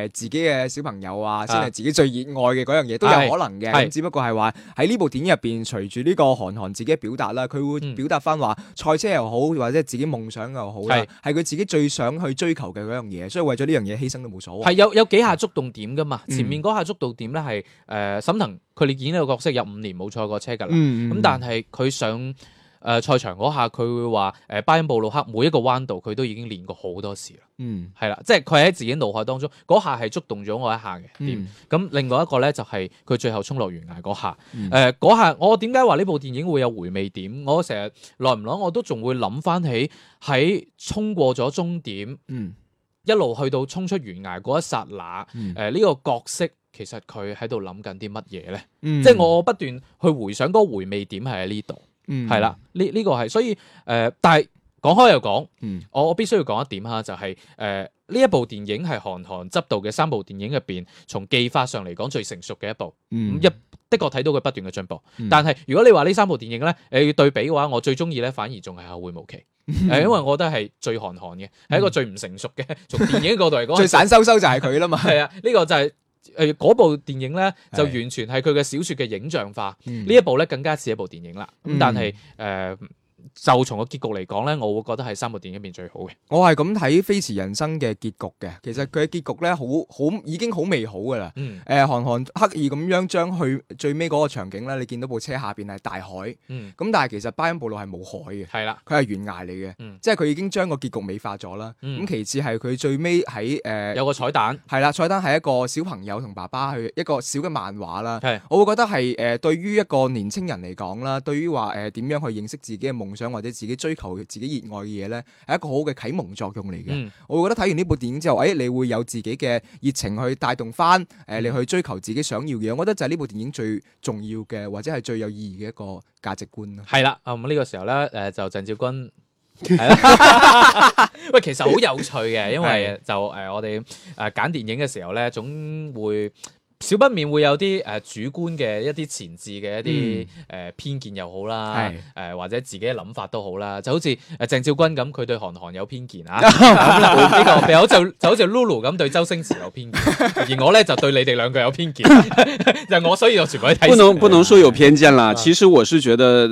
誒自己嘅小朋友啊，先係自己最熱愛嘅嗰樣嘢都有可能嘅。
係
咁只不過係話喺呢部電影入邊，隨住呢個韓寒自己嘅表達啦，佢會
嗯
表達翻話賽車又好，或者自己夢想又好啦
係，
係佢自己最想去追求嘅嗰樣嘢，所以為咗呢樣嘢犧牲都冇所謂。
係有有幾下觸動點噶嘛？
啊嗯
前面嗰下觸動點咧係誒沈騰佢哋演呢個角色有五年冇賽過車㗎啦。
嗯，嗯，
咁、但係佢上誒賽場嗰下，佢會話誒巴音布魯克每一個彎道佢都已經練過好多次啦。
嗯
係啦，即係佢喺自己腦海當中嗰下係觸動咗我一下嘅點。
嗯
咁、另外一個咧就係、佢最後衝落懸崖嗰下，誒嗰、
嗯
下我點解話呢部電影會有回味點？我成日耐唔耐我都仲會諗翻起喺衝過咗終點。
嗯
一路去到衝出懸崖嗰一剎那，誒呢、
嗯
個角色其實佢喺度諗緊啲乜嘢咧？
嗯
即係我不斷去回想嗰個回味點係喺呢度，
嗯
係啦、呢呢、個係所以誒、呃但係講開又講，
嗯
我我必須要講一點啊嚇，就係誒呢一部電影係韓寒執導嘅三部電影入邊，從技法上嚟講最成熟嘅一部，咁
嗯
一的確睇到佢不斷嘅進步。
嗯
但係如果你話呢三部電影咧，誒要對比嘅話，我最中意咧反而仲係《後會無 期》，誒因為我覺得係最韓寒嘅，係一個最唔成熟嘅。 從電影嘅角度嚟講，
嗯 最散收收就係佢啦嘛。
係啊，呢個就係誒嗰部電影咧，就
係
完全係佢嘅小説嘅影像化。
呢
呢一部咧更加似一部電影啦。咁
嗯
但係誒就從個結局嚟講咧，我會覺得係三部電影入面最好嘅。
我係咁睇《飛馳人生》嘅結局嘅，其實佢嘅結局咧好好已經好美好噶啦。
嗯
誒、韓寒刻意咁樣將去最尾嗰個場景咧，你見到部車下邊係大海，咁
嗯，
但係其實巴音布魯係冇海嘅，
係啦，
佢係懸崖嚟嘅，
嗯
即係佢已經將個結局美化咗啦。咁、
嗯
其次係佢最尾喺誒
有個彩蛋
係啊啦，菜單係一個小朋友同爸爸去一個小嘅漫畫啦。
係
我會覺得係誒、呃，對於一個年青人嚟講啦，對於話誒點樣去認識自己嘅夢想或者自己追求自己熱愛嘅嘢咧，係一個好好嘅啟蒙作用嚟嘅。
嗯
我會覺得睇完呢部電影之後，誒、哎你會有自己嘅熱情去帶動翻誒、
嗯
呃你去追求自己想要嘅嘢。我覺得就係呢部電影最重要嘅，或者係最有意義嘅一個價值觀啦。
係啦，啊咁呢個時候咧，誒就鄭少君。係啦， 喂，其實好有趣嘅，因為就誒、我哋誒揀電影嘅時候咧，總會少不免會有啲誒、主觀嘅一啲前置嘅一啲誒、偏見又好啦，誒
係、
或者自己嘅諗法都好啦，就好似誒鄭少君咁，佢對韓寒有偏見啊，咁啦呢個譬如好就就好似 Lulu 咁對周星馳有偏見，而我咧就對你哋兩個有偏見， 就我所以我全部去睇先。
不能不能说有偏见啦。其实我是觉得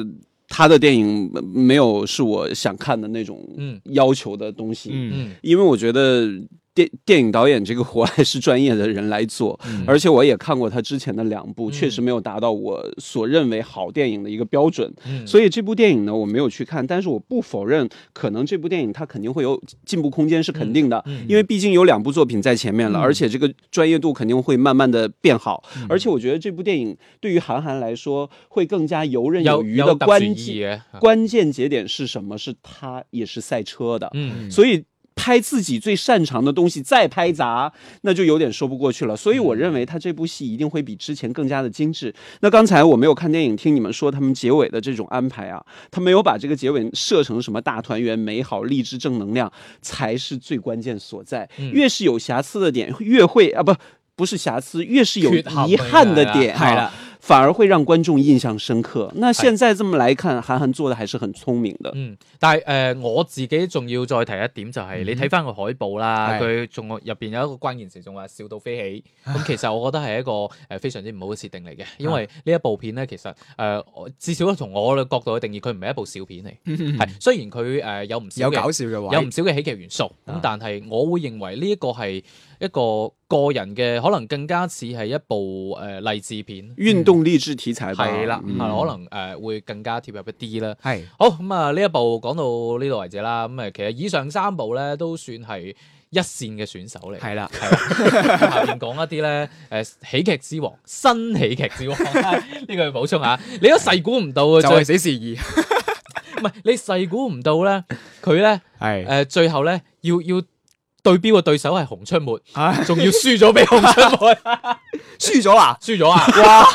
他的电影没有是我想看的那种
嗯
要求的东西，
嗯
嗯
因为我觉得电电影导演这个活还是专业的人来做，而且我也看过他之前的两部，
嗯
确实没有达到我所认为好电影的一个标准。
嗯
所以这部电影呢，我没有去看，但是我不否认，可能这部电影它肯定会有进步空间，是
嗯
肯定的，因为毕竟有两部作品在前面了，而且这个专业度肯定会慢慢的变好，
嗯
而且我觉得这部电影对于韩寒来说会更加游刃
有
余的
有特殊
关
意
键
義嘅，
关键节点是什么？是他也是赛车的，
嗯
所以拍自己最擅长的东西再拍砸，那就有点说不过去了。所以
嗯
我认为他这部戏一定会比之前更加的精致。那刚才我没有看电影，听你们说他们结尾的这种安排啊，他没有把这个结尾设成什么大团圆、美好、励志、正能量，才是最关键所在。
嗯
越是有瑕疵的点，越会啊不。不是瑕疵，越是有
缺陷
遗憾的 点
哎呀
啊，反而会让观众印象深刻。那现在这么来看，韩寒做的还是很聪明的。
嗯，但係誒、呃我自己仲要再提一點就係、你睇翻個海報啦，
係
佢仲有入邊有一個關鍵詞，仲話笑到飛起。咁其實我覺得係一個誒、呃非常之唔好嘅設定嚟嘅，因為呢一部片咧其實誒、呃我至少從我嘅角度去定義，佢唔係一部笑片嚟，係雖然佢誒、呃有唔少
有
嘅
搞笑嘅話，
有唔少嘅喜劇元素，咁
啊
但係我會認為呢一個係一個個人嘅，可能更加似係一部誒勵志片，
运動勵志題材吧，
係啦，
嗯
係啦可能誒會更加貼入一啲啦。
係
好咁啊！呢一部講到呢度為止啦。咁誒，呃其實以上三部咧都算係一線嘅選手嚟。
係啦。
係啦，下面講一啲咧誒喜劇之王、新喜劇之王， 呢個要補充下。你都細估唔到嘅，
就係
最
死侍二，
唔係你細估唔到咧，佢咧
係
誒最後咧要要對標嘅對手係熊出沒，
唉
仲要輸咗俾熊出 沒，
輸咗啦！
輸咗啊！
哇，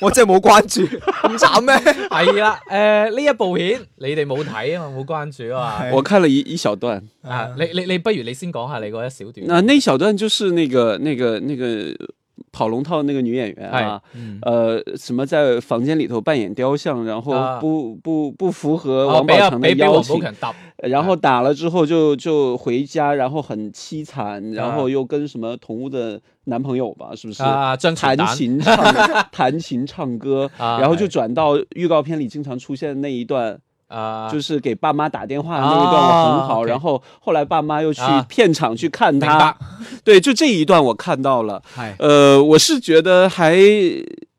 我真係冇關注，咁慘咩？
係啦，誒呢一部片你哋冇睇啊嘛，冇關注啊
係
我看了一一小段，
嘛。啊，你你你不如你先講下你嗰一小段。
那那一小段就是那个那个那个跑龙套那个女演员啊，
哎嗯
呃，什么在房间里头扮演雕像，然后
啊
不不不符合
哦
王
俾
宝
啊
强的
俾俾
邀
王宝
请，
强哎揼，
然后打了之后就就回家，然后很凄惨，然后又跟什么同屋的男朋友吧，是不是？
啊，张
弹
全蛋
琴唱 弹琴唱歌，
啊
然后就转到预告片里经常出现的那一段，
啊，
就是给爸妈打电话的那一段我很
啊
好，
，OK
然后后来爸妈又去
啊
片场去看
明
他
白，，
对，就这一段我看到了。
係
呃，我是觉得还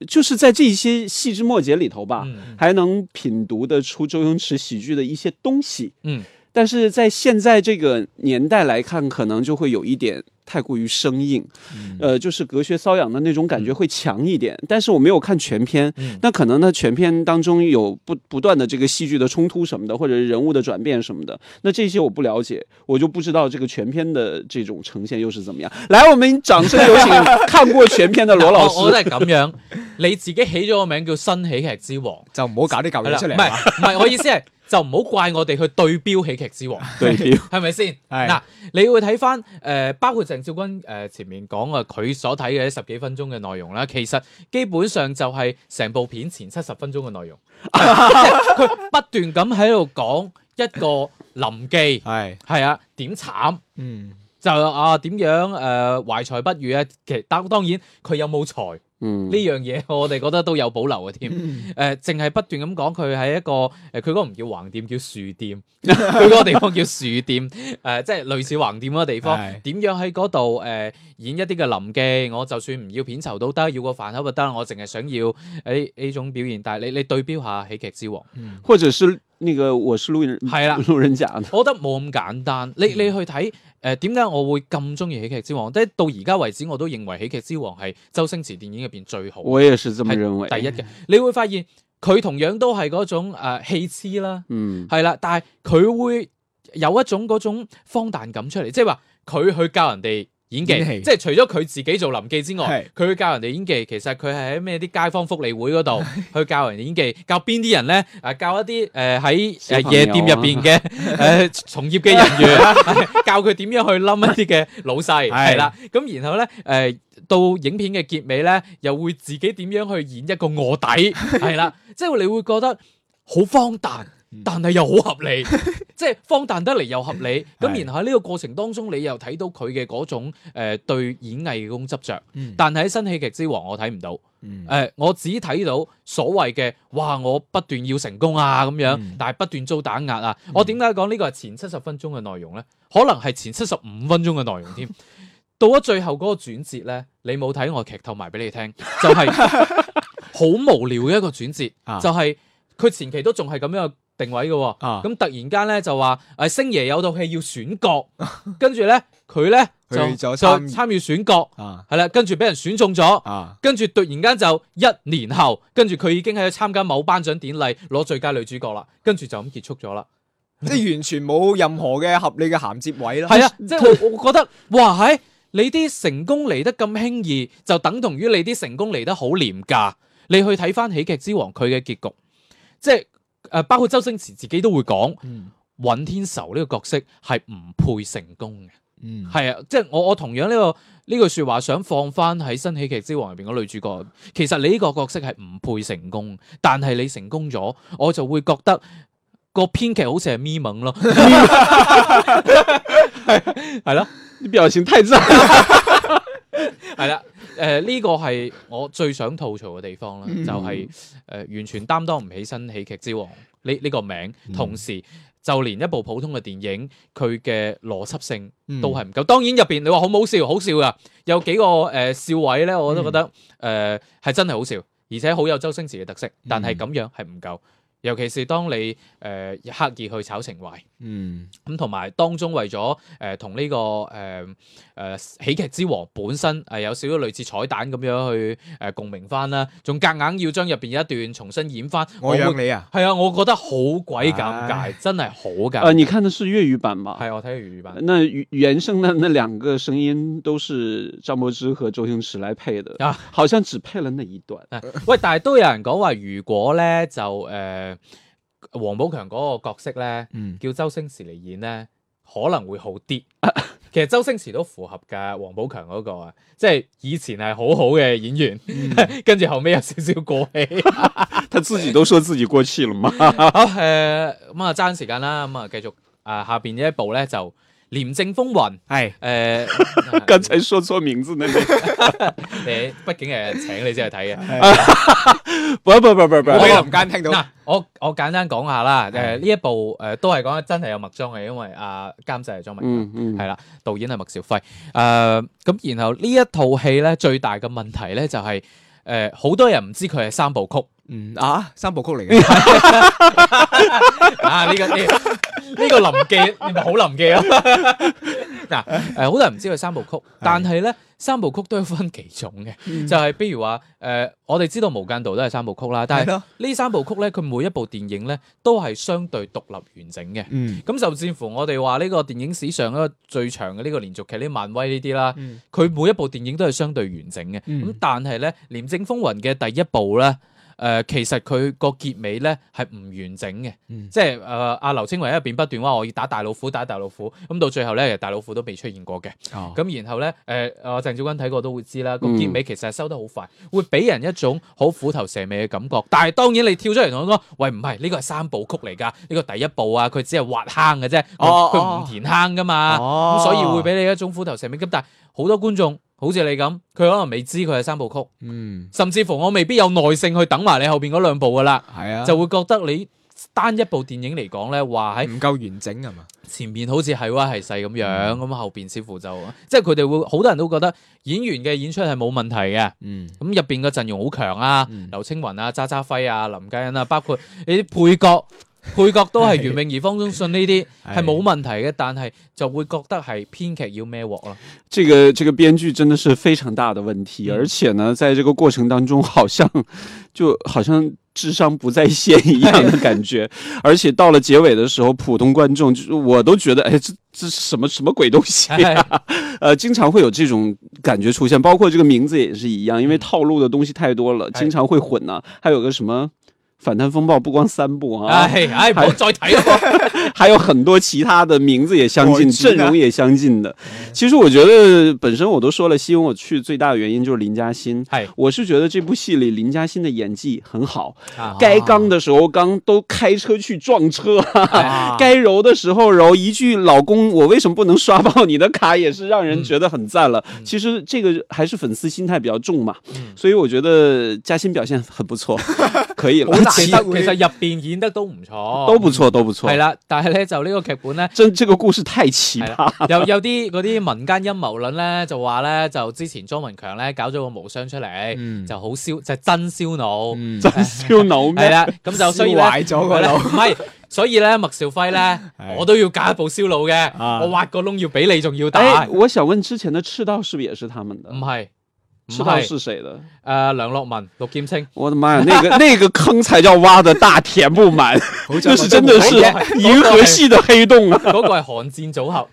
就是在这些细枝末节里头吧，
嗯
还能品读得出周星驰喜剧的一些东西。
嗯，
但是在现在这个年代来看，可能就会有一点太过于生硬，
嗯
呃，就是隔靴搔痒的那种感觉会强一点。但是我没有看全片，
嗯
那可能呢全片当中有不不断的这个戏剧的冲突什么的，或者人物的转变什么的，那这些我不了解，我就不知道这个全片的这种呈现又是怎么样。来，我们掌声有 请看过全片的罗老
我我都
师。
係咁樣，你自己起咗個名叫新喜劇之王，
就唔好搞啲舊
係啦，
嘢出
唔
嚟
係
啦。
唔係，我意思係就唔好怪我哋去對標喜劇 之王。
对，
係咪先？
係
嗱，你會睇翻誒，包括鄭少君誒、呃前面講啊，佢所睇嘅十幾分鐘嘅內容啦，其實基本上就係成部片前七十分鐘嘅內 容，即係佢不斷咁喺度講一個臨記，
係，
係啊點慘。
嗯，
就啊點樣誒、呃、懷才不遇啊？其實當當然佢有冇才
嗯，
呢樣嘢 我哋覺得都有保留嘅添，誒，淨係不斷咁講佢係一個誒，佢嗰個唔叫橫店，叫樹店， 佢嗰個地方叫樹店，誒，即係類似橫店嗰個地方，
係
點樣喺嗰度誒演一啲嘅臨記，我就算唔要片酬都得，要個飯盒就得，我淨係想要誒呢種表現，但係你你對標下喜劇之王，
或者是那个我是路 人，
係啦
路人甲呢？
我覺得冇咁簡單，你
嗯
你去睇誒點解我會咁中意喜劇之王，即係到而家為止我都認為喜劇之王係周星馳電影入邊最好嘅。
我也是這麼認為。
第一嘅，你會發現佢同樣都係嗰種誒戲痴啦，
嗯，
係啦，但係佢會有一種嗰種荒誕感出嚟，即係話佢去教人哋。演技，
演戲
即係除咗佢自己做臨記之外
係，
佢去教人哋演技。其實佢係喺咩啲街坊福利會嗰度去教人演技，教邊啲人咧？啊，教一啲誒喺
小
誒
朋友
夜
啊
店入邊嘅誒從業嘅人 員，係教佢點樣去冧一啲嘅老細，
係
係啦。咁然後咧誒。呃到影片嘅結尾咧，又會自己點樣去演一個卧底， 係啦，即係你會覺得好荒誕，但係又好 合理，即係荒誕得嚟又合理。咁
係
然後喺呢個過程當中，你又睇到佢嘅嗰種誒、呃、對演藝嘅種執着。但係喺新喜劇之王我睇唔到，誒、
嗯
我只睇到所謂嘅哇，我不斷要成功啊咁樣，
嗯
但係不斷遭打壓啊。我點解講呢個係前七十分鐘嘅內容咧？可能係前七十五分鐘嘅內容添。 到咗最後嗰個轉折咧，你冇睇我劇透埋俾你聽，就係、好無聊嘅一個轉折，
啊
就係佢前期都仲係咁樣嘅定位嘅喎、
啊
咁突然間咧就話誒星爺有套戲要選 角，跟住咧佢咧就
去
就
咗參與
參與選角，
啊
係啦，跟住俾人選中咗。
啊
跟住突然間就一年後，跟住佢已經喺參加某頒獎典禮攞最佳女主角啦，跟住就咁結束咗啦。
即系完全冇任何嘅合理嘅衔接位啦。
係啊，即係我我覺得，哇，係你啲成功嚟得咁輕易，就等同於你啲成功嚟得好廉價。你去睇翻《喜劇之王》佢嘅結局，即係誒，包括周星馳自己都會講，
嗯
尹天仇呢個角色係唔配成功嘅。
嗯
係啊，即係我我同樣呢、個呢句说話想放翻喺新喜劇之王入邊個女主角，其實你呢個角色係唔配成功，但係你成功咗，我就會覺得。個編劇好似係咪蒙咯，係咯，
你表情太赞。
係啦，誒呢個係我最想吐槽嘅地方啦，就係誒完全擔當唔起新喜劇之王呢呢個名，同時就連一部普通嘅電影，佢嘅邏輯性都係唔夠。當然入邊你話好唔好笑，好笑噶，有幾個誒、呃笑位咧，我都覺得誒係、真係好笑，而且好有周星馳嘅特色。但係咁樣係唔夠，尤其是當你誒、呃刻意去炒情懷。
嗯
咁同埋當中為咗誒同呢個誒誒、呃喜劇之王本身誒、呃有少少類似彩蛋咁樣去誒、呃共鳴翻啦，仲夾硬要將入邊一段重新演翻，
我
會
养你啊！
係啊，我覺得好鬼尷尬
唉，
真係好
呃，
尷尬。
你看的是粵語版吧？
係我睇粵語版
那原原声的那两个声音都是张柏芝和周星驰来配的
啊
好像只配了那一段。
啊喂，但係都有人講話，如果咧就誒、呃、王寶強嗰個角色咧，
嗯
叫周星馳嚟演咧，可能會好啲。其實周星馳都符合㗎，王寶強嗰個啊，即係以前係好好嘅演員， 跟住後尾有少少過氣。
啊他自己都说自己过气了嘛。
好誒，咁啊爭時間啦，咁啊繼續啊下邊呢一部咧就《廉政呃風雲》
係
誒，
刚才说错名字那个，
你畢竟係請你先去睇嘅。
不不 不不不，
我喺林间听到
嗱，我我簡單講下啦，呃誒呢一部誒都係講真係有麥莊嘅，因為啊監製係莊文強。
嗯嗯，
係啦，導演係麥兆輝。誒、呃咁然後呢一套戲咧，最大嘅問題咧就係、誒好、多人唔知佢係三部曲
嗯啊，三部曲嚟嘅，
啊！呢、個呢、呢個臨記，你咪好臨記啊！ 嗱誒，好多人唔知佢三部曲，但係咧三部曲都有分幾種嘅，就係譬如話誒、呃我哋知道《無間道》都係三部曲啦，但
係
係
咯
呢三部曲咧，佢每一部電影咧都係相對獨立完整嘅。
嗯
咁甚至乎我哋話呢個電影史上一個最長嘅呢個連續劇，呢漫威呢啲啦，佢、每一部電影都係相對完整嘅。咁、
嗯
但係咧，《廉政風雲》嘅第一部咧。誒、其實佢個結尾咧係唔完整嘅，
嗯
即係誒阿劉青雲喺入邊不斷話我要打大老虎，打大老虎，咁到最後咧，其實大老虎都未出現過嘅。
哦
咁然後咧，誒阿鄭少君睇過都會知啦，個
嗯
結尾其實係收得好快，會俾人一種好虎頭蛇尾嘅感覺。但係當然你跳出嚟同我講，喂唔係呢個係三部曲嚟㗎，呢個第一部啊，佢只係挖坑嘅啫，佢
哦
佢唔填坑㗎嘛，咁、
哦
所以會俾你一種虎頭蛇尾。咁但係好多觀眾好似你咁，佢可能未知佢係三部曲，
嗯，
甚至乎我未必有耐性去等埋你後邊嗰兩部噶啦，
系啊，
就會覺得你單一部電影嚟講咧，話喺
唔夠完整係嘛？
前面好似係歪係細咁樣，咁後邊似乎就即係佢哋會好多人都覺得演員嘅演出係冇問題嘅。
嗯，
咁入邊個陣容好強啊
嗯，
劉青雲啊、渣渣輝啊、林嘉欣啊，包括你啲配角， 配角都係袁詠儀、方中信呢啲
係
係冇問題嘅，但係就會覺得係編劇要孭鑊咯。
这个这个编剧真的是非常大的问题，
嗯
而且呢，在这个过程当中，好像就好像智商不在线一样的感觉，而且到了结尾的时候，普通观众就我都觉得，哎，这这是什么什么鬼东 西、啊？呃，经常会有这种感觉出现，包括这个名字也是一样，因为套路的东西太多了，
哎
经常会混呢、啊还有个什么反贪风暴，不光三部啊，
哎
唉唉，唔好再睇啦。
还有很多其他的名字也相
我
近，
知道嗯
阵容也相近的。其实我觉得本身我都说了，吸引我去最大的原因就是林嘉欣。
係
我是觉得这部戏里林嘉欣的演技很好，
啊
该刚的时候刚都开车去撞车，
啊
该柔的时候柔，一句“老公，我为什么不能刷爆你的卡”也是让人觉得很赞了。其实这个还是粉丝心态比较重嘛，
嗯
所以我觉得嘉欣表现很不错，可以了
好，大
其
其
實其實入邊演得都唔錯，
都不错，都不错。
係，啦。但係咧就呢個劇本咧。
真这个故事太奇
係
葩
啦， 有有啲嗰啲民間陰謀論咧，就話咧就之前莊文強咧搞咗個無雙出嚟，
嗯
就好燒，就係真燒腦，
嗯
真燒腦咩？
係啦，咁就所以咧，
壞咗個 腦
唔係，所以咧麥兆輝 咧，我都要搞一部燒腦嘅，
啊
我挖個窿要比你仲要大
哎，，我想問之前的赤道是不是也是他們的
唔？係唔
赤道
係，
是誰的？
誒梁洛文、陸劍青，
我的妈呀，那个那个坑才叫挖的大填不满，
好在
那是真的是银河系的黑洞啊！
嗰個係寒戰組合，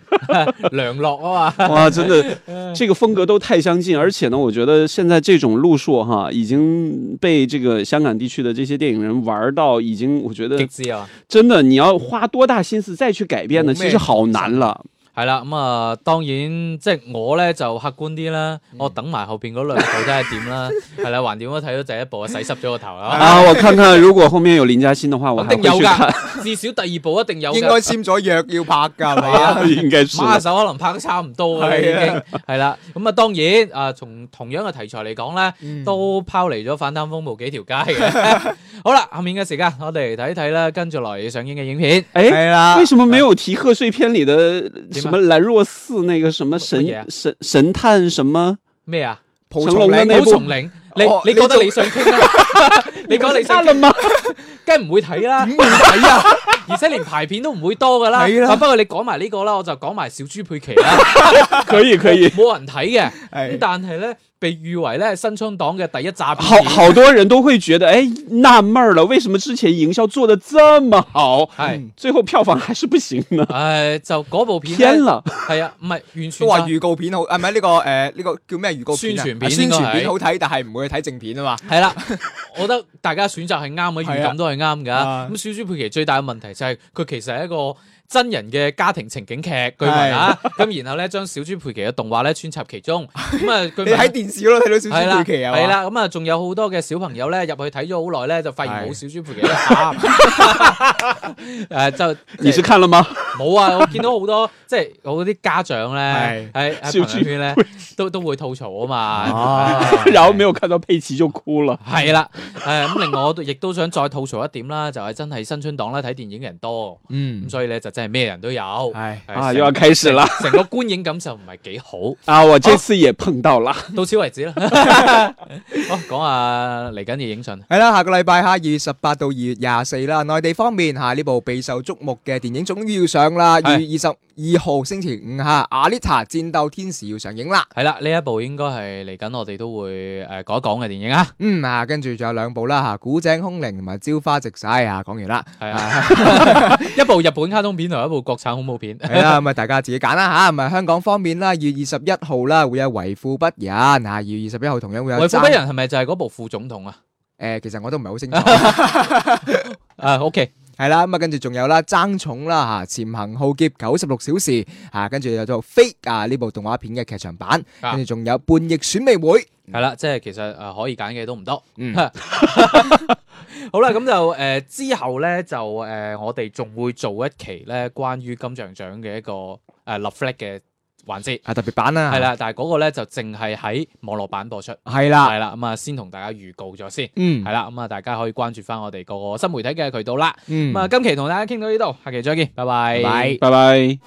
梁洛啊 嘛，
哇，真的，这个风格都太相近，而且呢，我觉得现在这种路数哈，已经被这个香港地区的这些电影人玩到，已经我覺
極
得
致啊！
真的，你要花多大心思再去改變呢，
冇
其
咩
實好難了。
係啦，咁啊，當然即係我咧就客觀啲啦，
嗯
我等埋後邊嗰兩部睇下點 啦，係啦，還點都睇到第一部啊，洗濕咗個頭啦，
啊，我看看，如果后面有林嘉欣的話，我
肯
还
定
會去
有
看。
㗎，至少第二部一定有㗎
應該。簽咗約要拍㗎係
啊
嘛？
應該是哎
馬下手可能拍得差唔多㗎啦，已
係啊
經係啦。咁啊，當然啊，從同樣嘅題材嚟講咧，
嗯
都拋離咗反貪風暴幾條街嘅。 好啦，下面嘅時間我哋嚟睇睇啦，跟住落嚟要上映嘅影片。
哎，
係啦
为，什
嗯
么没有提贺岁片里的什么兰若寺那个什么神
乜嘢啊
神神探什 么？
咩啊？
蒲
成
松
龍嘅
齡
呢
好
部
從零，你
哦
你
你
覺得
做
你想傾 啦？你覺得你想
了
傾，
吗？
梗係唔會睇啦，
點會睇啊？
而且連排片都唔會多噶啦。
係啦
啊不過你講埋呢個啦，我就講埋小豬佩奇 啦，
可以可以，
冇人睇嘅。咁
係
但係咧，被譽為咧新春黨嘅第一炸
好
片。
好多人都会觉得哎纳闷儿了，为什么之前营销做的这么好，
係。
最后票房还是不行呢？
唉，就嗰部片
偏了，
系啊，唔係完全
都話
就
預告片好，啊唔係呢個誒呢個叫咩預告片啊？
宣傳片
啊
應
宣傳
該係
片好睇，但係唔會去睇正片啊嘛。
係啦。 我覺得大家選擇係啱嘅，預
係啊
感都係啱噶。
啊
咁小豬佩奇最大嘅問題就係佢其實係一個真人嘅家庭情景劇，據聞啊。 咁然後咧將小豬佩奇嘅動畫咧穿插其中，咁 啊據
你喺
聞。
電視嗰度睇到小
係
小
啦，
佩奇啊嘛？
係啦，咁啊，仲有好多嘅小朋友咧入去睇咗好耐咧，就發現
係
冇小豬佩奇喺度 喊。誒，就
你是看了吗？
冇啊！我見到好多即係我嗰啲家長咧，喺喺
小
朋友圈咧都都會吐槽啊嘛
啊。
係
然后没有看到佩奇就哭了。
係啦，誒咁另外我都亦都想再吐槽一點啦，就係真係新春檔咧睇電影嘅人多，
嗯
咁，所以咧就真係咩人都有，
係
係
啊，
成
又要开始了
成個觀影感受唔係幾好，
啊！我这次也碰到了，
到此為止啦。 好，講下嚟緊嘅影訊，
係啦，下個禮拜嚇二月十八到二月廿四啦。內地方面嚇呢部備受矚目嘅電影終於要上啦，
係
二月二十二號星期五嚇《阿麗塔戰鬥天使》要上映啦。
係啦，呢一部應該係嚟緊我哋都會誒講一講嘅電影啊，
嗯啊，跟住仲有兩部啦嚇，《古井空靈》同埋《朝花夕使》啊，講完啦。
係啊， 一部日本卡通片同一部國產恐怖片，
係啦，咁啊大家自己揀啦嚇。咁啊香港方面啦，二月二十一號啦會有《為富不仁》啊，二月二十一號同樣會有。
為富不。仁係咪就係嗰部副總統啊？
誒，其實我都唔係好清楚。
啊，OK，
係啦，咁啊，跟住仲有啦，爭寵啦嚇，潛行浩劫九十六小時嚇，跟住有咗 Fake 啊呢部動畫片嘅劇場版，
啊
跟住仲有叛逆選美會，
係啦，即係其實誒可以揀嘅都唔多。
嗯
好啦，咁就誒、呃之後咧就誒、呃我哋仲會做一期咧關於金像獎嘅一個誒、呃立 flag 嘅環節，
啊特別版啊，
係，啦，但係嗰個咧就淨係喺網絡版播出，
係啦，
係啦，咁啊先同大家預告咗先，
嗯
係，啦，咁啊大家可以關注翻我哋個個新媒體嘅渠道啦。
嗯
咁啊，今期同大家傾到呢度，下期再見，拜拜。
拜。
拜拜。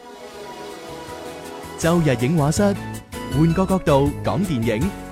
周日影畫室，換個角度講電影。